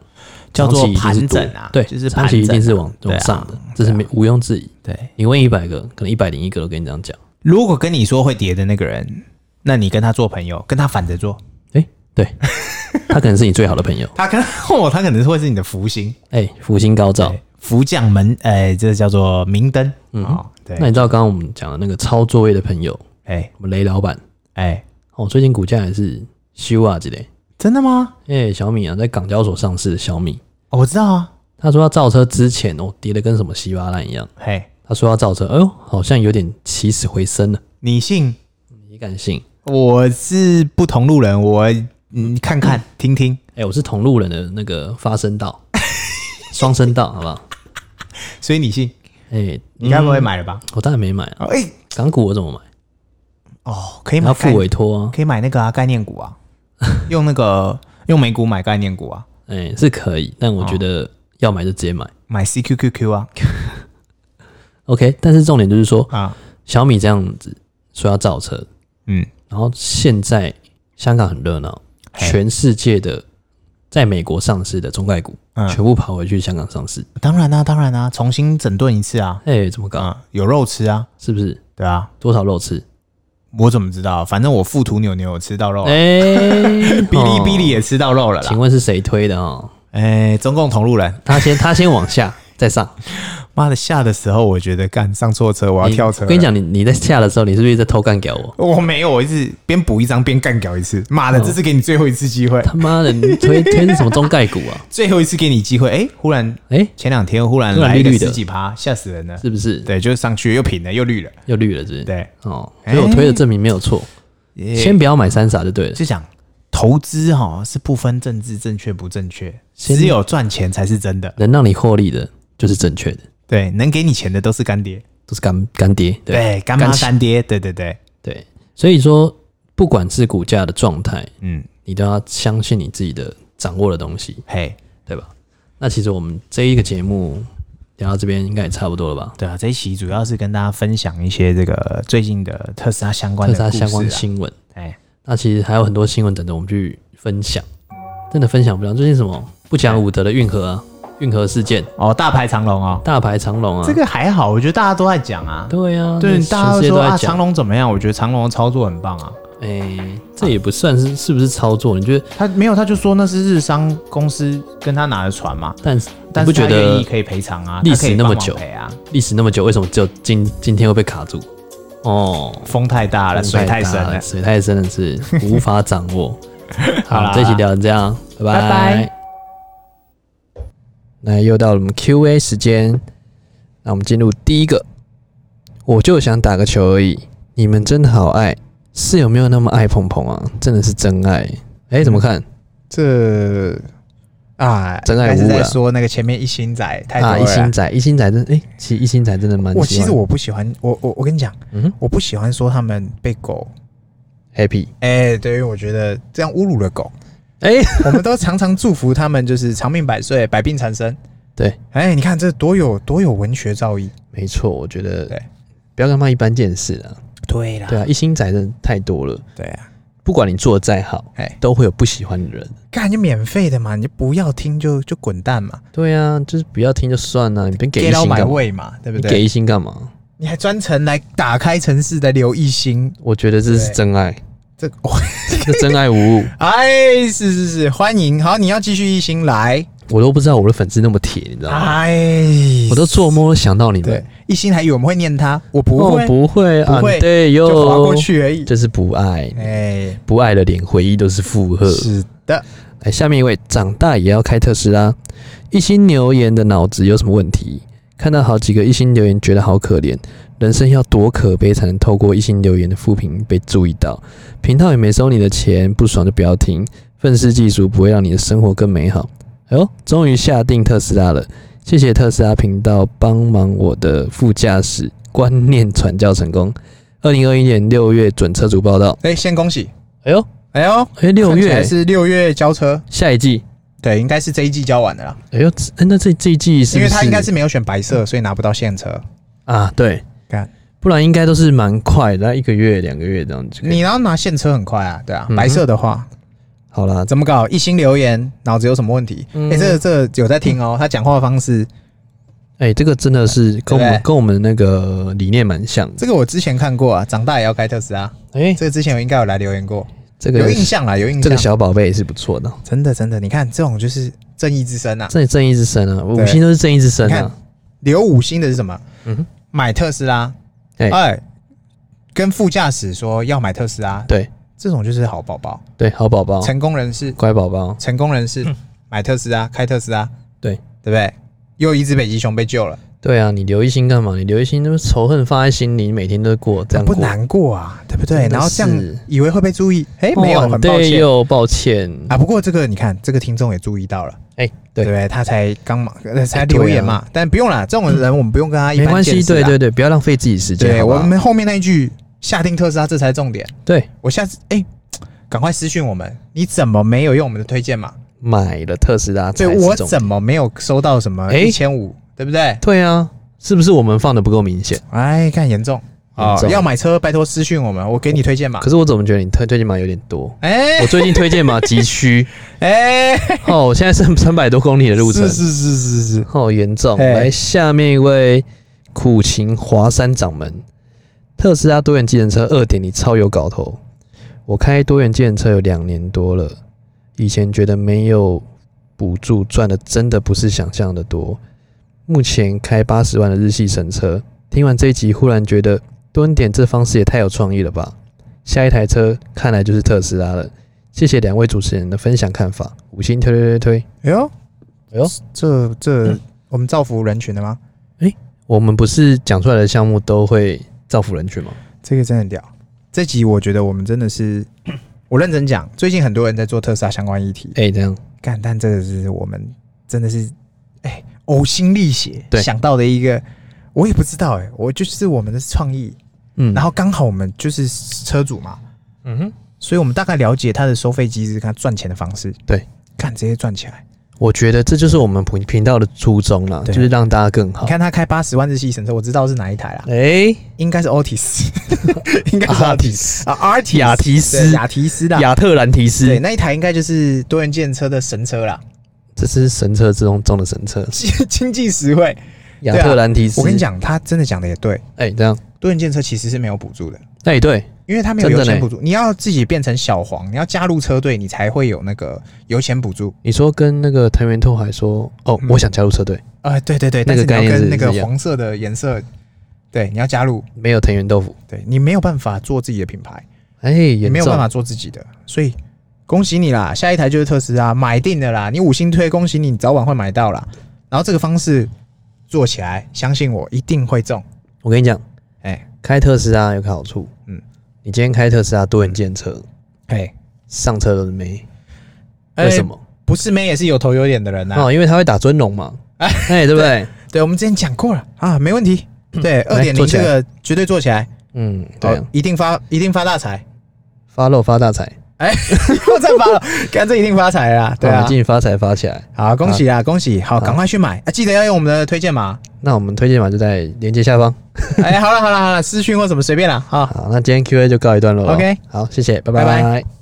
[SPEAKER 2] 叫做
[SPEAKER 1] 长期一定是
[SPEAKER 2] 盘整
[SPEAKER 1] 多
[SPEAKER 2] 啊
[SPEAKER 1] 对，
[SPEAKER 2] 就是
[SPEAKER 1] 长期一
[SPEAKER 2] 盘整
[SPEAKER 1] 定是
[SPEAKER 2] 啊
[SPEAKER 1] 往
[SPEAKER 2] 对啊
[SPEAKER 1] 往上的，这是没毋庸置疑。
[SPEAKER 2] 对，
[SPEAKER 1] 你问一百个，可能一百零一个都跟你这样讲。
[SPEAKER 2] 如果跟你说会跌的那个人，那你跟他做朋友，跟他反着做，
[SPEAKER 1] 哎、对， 他可能是你最好的朋友。
[SPEAKER 2] 他可能 哦，他可能会是你的福星，
[SPEAKER 1] 哎、福星高照。
[SPEAKER 2] 福将门，哎、这叫做明灯，嗯、哦，对，
[SPEAKER 1] 那你知道刚刚我们讲的那个抄作业的朋友，
[SPEAKER 2] 哎
[SPEAKER 1] 我们雷老板
[SPEAKER 2] 哎，
[SPEAKER 1] 哦，最近股价也是修啊之类。
[SPEAKER 2] 真的吗？
[SPEAKER 1] 哎、小米啊，在港交所上市的小米，
[SPEAKER 2] 哦我知道啊，
[SPEAKER 1] 他说要造车之前哦，跌得跟什么稀巴烂一样。
[SPEAKER 2] 嘿，
[SPEAKER 1] 他说要造车，哎呦，好像有点起死回生了。
[SPEAKER 2] 你信？
[SPEAKER 1] 你敢信？
[SPEAKER 2] 我是不同路人，我嗯看看听听，
[SPEAKER 1] 哎、我是同路人的那个发声道， 双声道，好不好？
[SPEAKER 2] 所以你信？
[SPEAKER 1] 哎、
[SPEAKER 2] 你该不会买了吧？
[SPEAKER 1] 我当然没买啊，
[SPEAKER 2] 哦哎、
[SPEAKER 1] 港股我怎么买？
[SPEAKER 2] 哦，可以
[SPEAKER 1] 你
[SPEAKER 2] 买
[SPEAKER 1] 要付
[SPEAKER 2] 概
[SPEAKER 1] 委托啊，
[SPEAKER 2] 可以买那个啊概念股啊，用那个用美股买概念股啊，
[SPEAKER 1] 哎、是可以，但我觉得要买就直接买。
[SPEAKER 2] 买 CQQQ 啊
[SPEAKER 1] OK，但是重点就是说，
[SPEAKER 2] 啊，
[SPEAKER 1] 小米这样子说要造车，
[SPEAKER 2] 嗯，
[SPEAKER 1] 然后现在香港很热闹，
[SPEAKER 2] 嘿
[SPEAKER 1] 全世界的在美国上市的中概股、
[SPEAKER 2] 嗯
[SPEAKER 1] 全部跑回去香港上市，
[SPEAKER 2] 当然啦、当然啦、重新整顿一次啊，
[SPEAKER 1] 哎、怎么搞？
[SPEAKER 2] 啊，有肉吃啊，
[SPEAKER 1] 是不是
[SPEAKER 2] 对啊，
[SPEAKER 1] 多少肉吃？
[SPEAKER 2] 我怎么知道？反正我附图牛牛有吃到肉、啊，
[SPEAKER 1] 哎、
[SPEAKER 2] 哔哩哔哩
[SPEAKER 1] 哦，
[SPEAKER 2] 也吃到肉了
[SPEAKER 1] 请
[SPEAKER 2] 啦。
[SPEAKER 1] 问是谁推的哦？
[SPEAKER 2] 哎、中共同路人，
[SPEAKER 1] 他先他先往下再上，
[SPEAKER 2] 妈的下的时候我觉得干上错车，我要
[SPEAKER 1] 你
[SPEAKER 2] 跳车。
[SPEAKER 1] 哎我跟你，讲，你你在下的时候，你是不是在偷干掉我？
[SPEAKER 2] 我没有，我一直边补一张边干掉一次。妈的，这是给你最后一次机 会，
[SPEAKER 1] 他妈的，你推推是什么中概股啊？
[SPEAKER 2] 最后一次给你机会。哎、忽然
[SPEAKER 1] 哎、
[SPEAKER 2] 前两天忽然
[SPEAKER 1] 忽然
[SPEAKER 2] 来一个
[SPEAKER 1] 绿绿的
[SPEAKER 2] 十几趴，吓死人了。
[SPEAKER 1] 是不是
[SPEAKER 2] 对，就上去又平了又绿了。
[SPEAKER 1] 又绿了？是不是？
[SPEAKER 2] 对，哎
[SPEAKER 1] 哦，所以我推的证明没有错，
[SPEAKER 2] 先
[SPEAKER 1] 先不要买三傻就对了。
[SPEAKER 2] 就讲投资哈、是不分政治正确不正确，
[SPEAKER 1] 先
[SPEAKER 2] 只有赚钱才是真的。
[SPEAKER 1] 能让你获利的，就是正确的，
[SPEAKER 2] 对，能给你钱的都是干爹，
[SPEAKER 1] 都是干干爹。对
[SPEAKER 2] 对，干妈
[SPEAKER 1] 干
[SPEAKER 2] 干爹，对对对，
[SPEAKER 1] 对，所以说，不管是股价的状态，
[SPEAKER 2] 嗯，
[SPEAKER 1] 你都要相信你自己的掌握的东西，
[SPEAKER 2] 嘿，
[SPEAKER 1] 对吧？那其实我们这一个节目聊到这边，应该也差不多了吧？
[SPEAKER 2] 对啊，这一期主要是跟大家分享一些这个最近的特斯拉相关
[SPEAKER 1] 特
[SPEAKER 2] 的
[SPEAKER 1] 斯拉相关
[SPEAKER 2] 故事啊
[SPEAKER 1] 新闻，
[SPEAKER 2] 哎，
[SPEAKER 1] 那其实还有很多新闻等着我们去分享，真的分享不了。最近什么不讲武德的运河啊，运河事件，
[SPEAKER 2] 哦，大排长龙哦，
[SPEAKER 1] 大排长龙啊，
[SPEAKER 2] 这个还好，我觉得大家都在讲啊，
[SPEAKER 1] 对啊，
[SPEAKER 2] 对，
[SPEAKER 1] 全
[SPEAKER 2] 大家
[SPEAKER 1] 世
[SPEAKER 2] 都
[SPEAKER 1] 界
[SPEAKER 2] 说
[SPEAKER 1] 在
[SPEAKER 2] 啊长
[SPEAKER 1] 讲，
[SPEAKER 2] 龙怎么样？我觉得长龙的操作很棒啊，
[SPEAKER 1] 哎，这也不算是是不是操作？你觉得？
[SPEAKER 2] 他没有，他就说那是日商公司跟他拿的船嘛，
[SPEAKER 1] 但是你
[SPEAKER 2] 但
[SPEAKER 1] 不
[SPEAKER 2] 是
[SPEAKER 1] 觉
[SPEAKER 2] 他愿
[SPEAKER 1] 得
[SPEAKER 2] 意可以赔偿啊，
[SPEAKER 1] 历
[SPEAKER 2] 他可以
[SPEAKER 1] 史那么
[SPEAKER 2] 帮忙
[SPEAKER 1] 久
[SPEAKER 2] 赔啊，
[SPEAKER 1] 历史那么久，为什么只有今今天会被卡住？哦，
[SPEAKER 2] 风太大了，啊水太
[SPEAKER 1] 大
[SPEAKER 2] 深了。
[SPEAKER 1] 水太深了是无法掌握。
[SPEAKER 2] 好
[SPEAKER 1] 好，
[SPEAKER 2] 啦
[SPEAKER 1] 这期聊成这样，拜拜。
[SPEAKER 2] 拜拜
[SPEAKER 1] 那又到了我们 Q&A 时间，那我们进入第一个。我就想打个球而已，你们真的好爱，是有没有那么爱鹏鹏啊？真的是真爱。哎、怎么
[SPEAKER 2] 嗯
[SPEAKER 1] 看？
[SPEAKER 2] 这啊，
[SPEAKER 1] 真爱
[SPEAKER 2] 还
[SPEAKER 1] 无
[SPEAKER 2] 是
[SPEAKER 1] 误
[SPEAKER 2] 在
[SPEAKER 1] 啦
[SPEAKER 2] 说那个前面一星仔太多
[SPEAKER 1] 啊，
[SPEAKER 2] 了
[SPEAKER 1] 一
[SPEAKER 2] 啦。
[SPEAKER 1] 星仔，一星仔真哎、其实一星仔真的蛮喜
[SPEAKER 2] 我
[SPEAKER 1] 欢。
[SPEAKER 2] 其实我不喜欢，我我我跟你讲，
[SPEAKER 1] 嗯哼
[SPEAKER 2] 我不喜欢说他们被狗，
[SPEAKER 1] happy，
[SPEAKER 2] 哎、对于我觉得这样侮辱了 狗，
[SPEAKER 1] 哎、
[SPEAKER 2] 我们都常常祝福他们就是长命百岁，百病缠身。
[SPEAKER 1] 对，
[SPEAKER 2] 哎、你看这多有多有文学造诣。
[SPEAKER 1] 没错，我觉得
[SPEAKER 2] 对
[SPEAKER 1] 不要跟他妈一般见识啊。
[SPEAKER 2] 对啦
[SPEAKER 1] 对啊，一星仔真的太多了，
[SPEAKER 2] 对啊，
[SPEAKER 1] 不管你做的再好，
[SPEAKER 2] 哎、
[SPEAKER 1] 都会有不喜欢的人。
[SPEAKER 2] 干就免费的嘛，你就不要听就就滚蛋嘛
[SPEAKER 1] 对啊，就是不要听就算了、你别给一
[SPEAKER 2] ，get 到
[SPEAKER 1] 星
[SPEAKER 2] 买
[SPEAKER 1] 干嘛？
[SPEAKER 2] 位嘛，对不
[SPEAKER 1] 你给
[SPEAKER 2] 对？
[SPEAKER 1] 一星干嘛？
[SPEAKER 2] 你还专程来打开城市的刘一星，
[SPEAKER 1] 我觉得这是
[SPEAKER 2] 对
[SPEAKER 1] 真爱，
[SPEAKER 2] 这哇，
[SPEAKER 1] 这真爱 无误。
[SPEAKER 2] 哎，是是是，欢迎，好，你要继续一星来，
[SPEAKER 1] 我都不知道我的粉丝那么铁，你知道吗？
[SPEAKER 2] 哎，
[SPEAKER 1] 我都做梦都想到你
[SPEAKER 2] 对
[SPEAKER 1] 们，，
[SPEAKER 2] 一星还以为我们会念他，我不
[SPEAKER 1] 哦
[SPEAKER 2] 会，
[SPEAKER 1] 不会啊
[SPEAKER 2] 不会，
[SPEAKER 1] 对
[SPEAKER 2] 就划
[SPEAKER 1] 哟
[SPEAKER 2] 过，去而已。
[SPEAKER 1] 这是不爱，
[SPEAKER 2] 哎，
[SPEAKER 1] 不爱的连回忆都是负荷。
[SPEAKER 2] 是的，
[SPEAKER 1] 来，哎下面一位长大也要开特斯拉，一心留言的脑子有什么问题？看到好几个一心留言，觉得好可怜，人生要多可悲才能透过一心留言的负评被注意到？频道也没收你的钱，不爽就不要听，愤世嫉俗不会让你的生活更美好。哎呦，终于下定特斯拉了，谢谢特斯拉频道帮忙我的副驾驶观念传教成功。二零二一年六月准车主报道，
[SPEAKER 2] 哎，先恭喜，
[SPEAKER 1] 哎呦，
[SPEAKER 2] 哎呦，
[SPEAKER 1] 哎六
[SPEAKER 2] 看起来
[SPEAKER 1] 月
[SPEAKER 2] 是六月交车，
[SPEAKER 1] 下一季，
[SPEAKER 2] 对，应该是这一季交完的啦，
[SPEAKER 1] 哎呦，这哎那这这一季是
[SPEAKER 2] 因
[SPEAKER 1] 不
[SPEAKER 2] 为他应该是没有选白色，所以拿不到现车。
[SPEAKER 1] 啊，对
[SPEAKER 2] 干，
[SPEAKER 1] 不然应该都是蛮快的，大概一个月、两个月这样子。
[SPEAKER 2] 你要拿现车很快啊，对啊，
[SPEAKER 1] 嗯哼
[SPEAKER 2] 白色的话
[SPEAKER 1] 好啦，
[SPEAKER 2] 怎么搞？一星留言，脑子有什么问题？
[SPEAKER 1] 嗯
[SPEAKER 2] 哎，这个这个有在听哦，他讲话的方式，
[SPEAKER 1] 哎、这个真的是跟我们
[SPEAKER 2] 对不对
[SPEAKER 1] 跟我们那个理念蛮像的。
[SPEAKER 2] 这个我之前看过啊，长大也要开特斯拉，
[SPEAKER 1] 哎、
[SPEAKER 2] 这个之前我应该有来留言过，
[SPEAKER 1] 这
[SPEAKER 2] 有
[SPEAKER 1] 个
[SPEAKER 2] 印象啦，有印
[SPEAKER 1] 这
[SPEAKER 2] 象
[SPEAKER 1] 个。小宝贝也是不错的，
[SPEAKER 2] 真的真的，你看这种就是正义之声啊。
[SPEAKER 1] 这正义之神啊，
[SPEAKER 2] 对
[SPEAKER 1] 五星都是正义之神
[SPEAKER 2] 你
[SPEAKER 1] 啊
[SPEAKER 2] 看。留五星的是什么？
[SPEAKER 1] 嗯哼
[SPEAKER 2] 买特斯拉，
[SPEAKER 1] 哎
[SPEAKER 2] 哎、跟副驾驶说要买特斯拉，
[SPEAKER 1] 对哦
[SPEAKER 2] 这种就是好宝宝，
[SPEAKER 1] 对，好宝宝，
[SPEAKER 2] 成功人士，
[SPEAKER 1] 乖宝宝，
[SPEAKER 2] 成功人士、买特斯拉，开特斯拉，
[SPEAKER 1] 嗯对
[SPEAKER 2] 对不对？又一只北极熊被救了，
[SPEAKER 1] 对啊，你留一心干嘛？你留一心，那么仇恨放在心里，你每天都过这样
[SPEAKER 2] 不
[SPEAKER 1] 过，
[SPEAKER 2] 难过啊，对不对？
[SPEAKER 1] 真的
[SPEAKER 2] 然后这样
[SPEAKER 1] 是
[SPEAKER 2] 以为会被注意，哎、没有，
[SPEAKER 1] 哦
[SPEAKER 2] 很抱
[SPEAKER 1] 对
[SPEAKER 2] 歉
[SPEAKER 1] 又抱歉。
[SPEAKER 2] 啊。不过这个你看，这个听众也注意到了，
[SPEAKER 1] 哎、
[SPEAKER 2] 对不
[SPEAKER 1] 对，
[SPEAKER 2] 对？他才刚忙，呃才
[SPEAKER 1] 哎对啊
[SPEAKER 2] 留言嘛，但不用啦，这种人我们不用跟他一
[SPEAKER 1] 没
[SPEAKER 2] 般
[SPEAKER 1] 关系，
[SPEAKER 2] 见识
[SPEAKER 1] 对
[SPEAKER 2] 啦
[SPEAKER 1] 对对，不要浪费自己时间。
[SPEAKER 2] 对，
[SPEAKER 1] 好不
[SPEAKER 2] 我
[SPEAKER 1] 好
[SPEAKER 2] 们后面那一句下定特斯拉，这才是重点。
[SPEAKER 1] 对
[SPEAKER 2] 我下次哎、赶快私讯我们，你怎么没有用我们的推荐码？
[SPEAKER 1] 买了特斯拉才
[SPEAKER 2] 对
[SPEAKER 1] 是
[SPEAKER 2] 我
[SPEAKER 1] 重点
[SPEAKER 2] 怎么没有收到什么
[SPEAKER 1] 哎
[SPEAKER 2] 一千五，对不对？
[SPEAKER 1] 对啊，是不是我们放的不够明显？
[SPEAKER 2] 哎，看严重啊、
[SPEAKER 1] 严重
[SPEAKER 2] 要买车拜托私讯我们，我给你推荐码
[SPEAKER 1] 可。是我怎么觉得你推推荐码有点多？
[SPEAKER 2] 哎
[SPEAKER 1] 我最近推荐码急需
[SPEAKER 2] 哎，
[SPEAKER 1] 哦，我现在剩三百多公里的路程
[SPEAKER 2] 是，是是是是，
[SPEAKER 1] 好严重。
[SPEAKER 2] 嘿
[SPEAKER 1] 来，下面一位苦情华山掌门，特斯拉多元计程车二点零超有搞头。我开多元计程车有两年多了，以前觉得没有补助赚的真的不是想象的多。目前开八十万的日系神车，听完这一集忽然觉得多恩点这方式也太有创意了吧！下一台车看来就是特斯拉了。谢谢两位主持人的分享看法，五星推推推推。
[SPEAKER 2] 哎呦
[SPEAKER 1] 哎呦，
[SPEAKER 2] 这这、我们造福人群的吗？
[SPEAKER 1] 我们不是讲出来的项目都会造福人群吗？
[SPEAKER 2] 这个真的很屌。这集我觉得我们真的是， 我认真讲，最近很多人在做特斯拉相关议题，
[SPEAKER 1] 哎、这样
[SPEAKER 2] 干，但这个是我们真的是，哎、呕心沥血
[SPEAKER 1] 对
[SPEAKER 2] 想到的一个，我也不知道哎、我就是我们的创意，
[SPEAKER 1] 嗯，
[SPEAKER 2] 然
[SPEAKER 1] 后
[SPEAKER 2] 后刚好我们就是车主嘛，
[SPEAKER 1] 嗯哼，
[SPEAKER 2] 所以我们大概了解他的收费机制跟他赚钱的方式，
[SPEAKER 1] 对，
[SPEAKER 2] 看直接赚起来。
[SPEAKER 1] 我觉得这就是我们频频道的初衷啦，
[SPEAKER 2] 对
[SPEAKER 1] 就是让大家更好
[SPEAKER 2] 你。看他开八十万日系神车，我知道是哪一台啦，
[SPEAKER 1] 哎，
[SPEAKER 2] 应该是 Otis，应该是
[SPEAKER 1] 阿
[SPEAKER 2] Otis
[SPEAKER 1] 提斯、
[SPEAKER 2] 啊，Artis
[SPEAKER 1] 雅提斯
[SPEAKER 2] 对雅提斯的。
[SPEAKER 1] 亚特兰提
[SPEAKER 2] 对，
[SPEAKER 1] 斯，
[SPEAKER 2] 那一台应该就是多元建车的神车啦，
[SPEAKER 1] 这是神车之中中的神车，
[SPEAKER 2] 经经济实惠。
[SPEAKER 1] 亚特兰提斯。
[SPEAKER 2] 啊我跟你，讲，他真的讲的也对，
[SPEAKER 1] 哎、这样，
[SPEAKER 2] 多元建车其实是没有补助的，
[SPEAKER 1] 哎、对，
[SPEAKER 2] 因为他没有
[SPEAKER 1] 真的
[SPEAKER 2] 油钱
[SPEAKER 1] 嘞
[SPEAKER 2] 补助，你要自己变成小黄，你要加入车队，你才会有那个油钱补助。
[SPEAKER 1] 你说跟那个藤原拓海说，哦，
[SPEAKER 2] 嗯
[SPEAKER 1] 我想加入车队，
[SPEAKER 2] 啊、对对对，
[SPEAKER 1] 那
[SPEAKER 2] 但
[SPEAKER 1] 个
[SPEAKER 2] 是你要
[SPEAKER 1] 概念是
[SPEAKER 2] 跟那个
[SPEAKER 1] 是一样
[SPEAKER 2] 黄色的颜色，对，你要加入，
[SPEAKER 1] 没有藤原豆腐，
[SPEAKER 2] 对你没有办法做自己的品牌，
[SPEAKER 1] 哎、
[SPEAKER 2] 也
[SPEAKER 1] 严
[SPEAKER 2] 没有办
[SPEAKER 1] 重
[SPEAKER 2] 法，做自己的，所以恭喜你啦，下一台就是特斯拉，买定的啦，你五星推，恭喜你，你早晚会买到啦。然后这个方式做起来，相信我一定会中。
[SPEAKER 1] 我跟你讲，
[SPEAKER 2] 哎
[SPEAKER 1] 开特斯拉有个好处，嗯
[SPEAKER 2] 嗯，
[SPEAKER 1] 你今天开特斯拉多元建车，
[SPEAKER 2] 哎，
[SPEAKER 1] 上车都是没，
[SPEAKER 2] 哎
[SPEAKER 1] 为什么？
[SPEAKER 2] 不是妹也是有头有脸的人呐、啊
[SPEAKER 1] 哦，因为他会打尊龙嘛，哎，对不对？
[SPEAKER 2] 对，我们之前讲过了啊，没问题。对，二点
[SPEAKER 1] 做
[SPEAKER 2] 零
[SPEAKER 1] 起嗯
[SPEAKER 2] 这
[SPEAKER 1] 来
[SPEAKER 2] 个绝对做起来，
[SPEAKER 1] 嗯，对啊
[SPEAKER 2] 哦，一定发，一定发大财。
[SPEAKER 1] 发漏发大财，
[SPEAKER 2] 又再发了，干这一定发财啦，对
[SPEAKER 1] 我
[SPEAKER 2] 啊
[SPEAKER 1] 们。进发财发起来。
[SPEAKER 2] 好，恭喜啦，恭喜！好，赶快去买啊！记得要用我们的推 荐码。
[SPEAKER 1] 那我们推荐码就在链接下方。
[SPEAKER 2] 哎，好了好了好了，私讯或什么随便啦啊。
[SPEAKER 1] 好，那今天 Q&A 就告一段落了。
[SPEAKER 2] OK
[SPEAKER 1] 好，谢谢，拜
[SPEAKER 2] 拜
[SPEAKER 1] 拜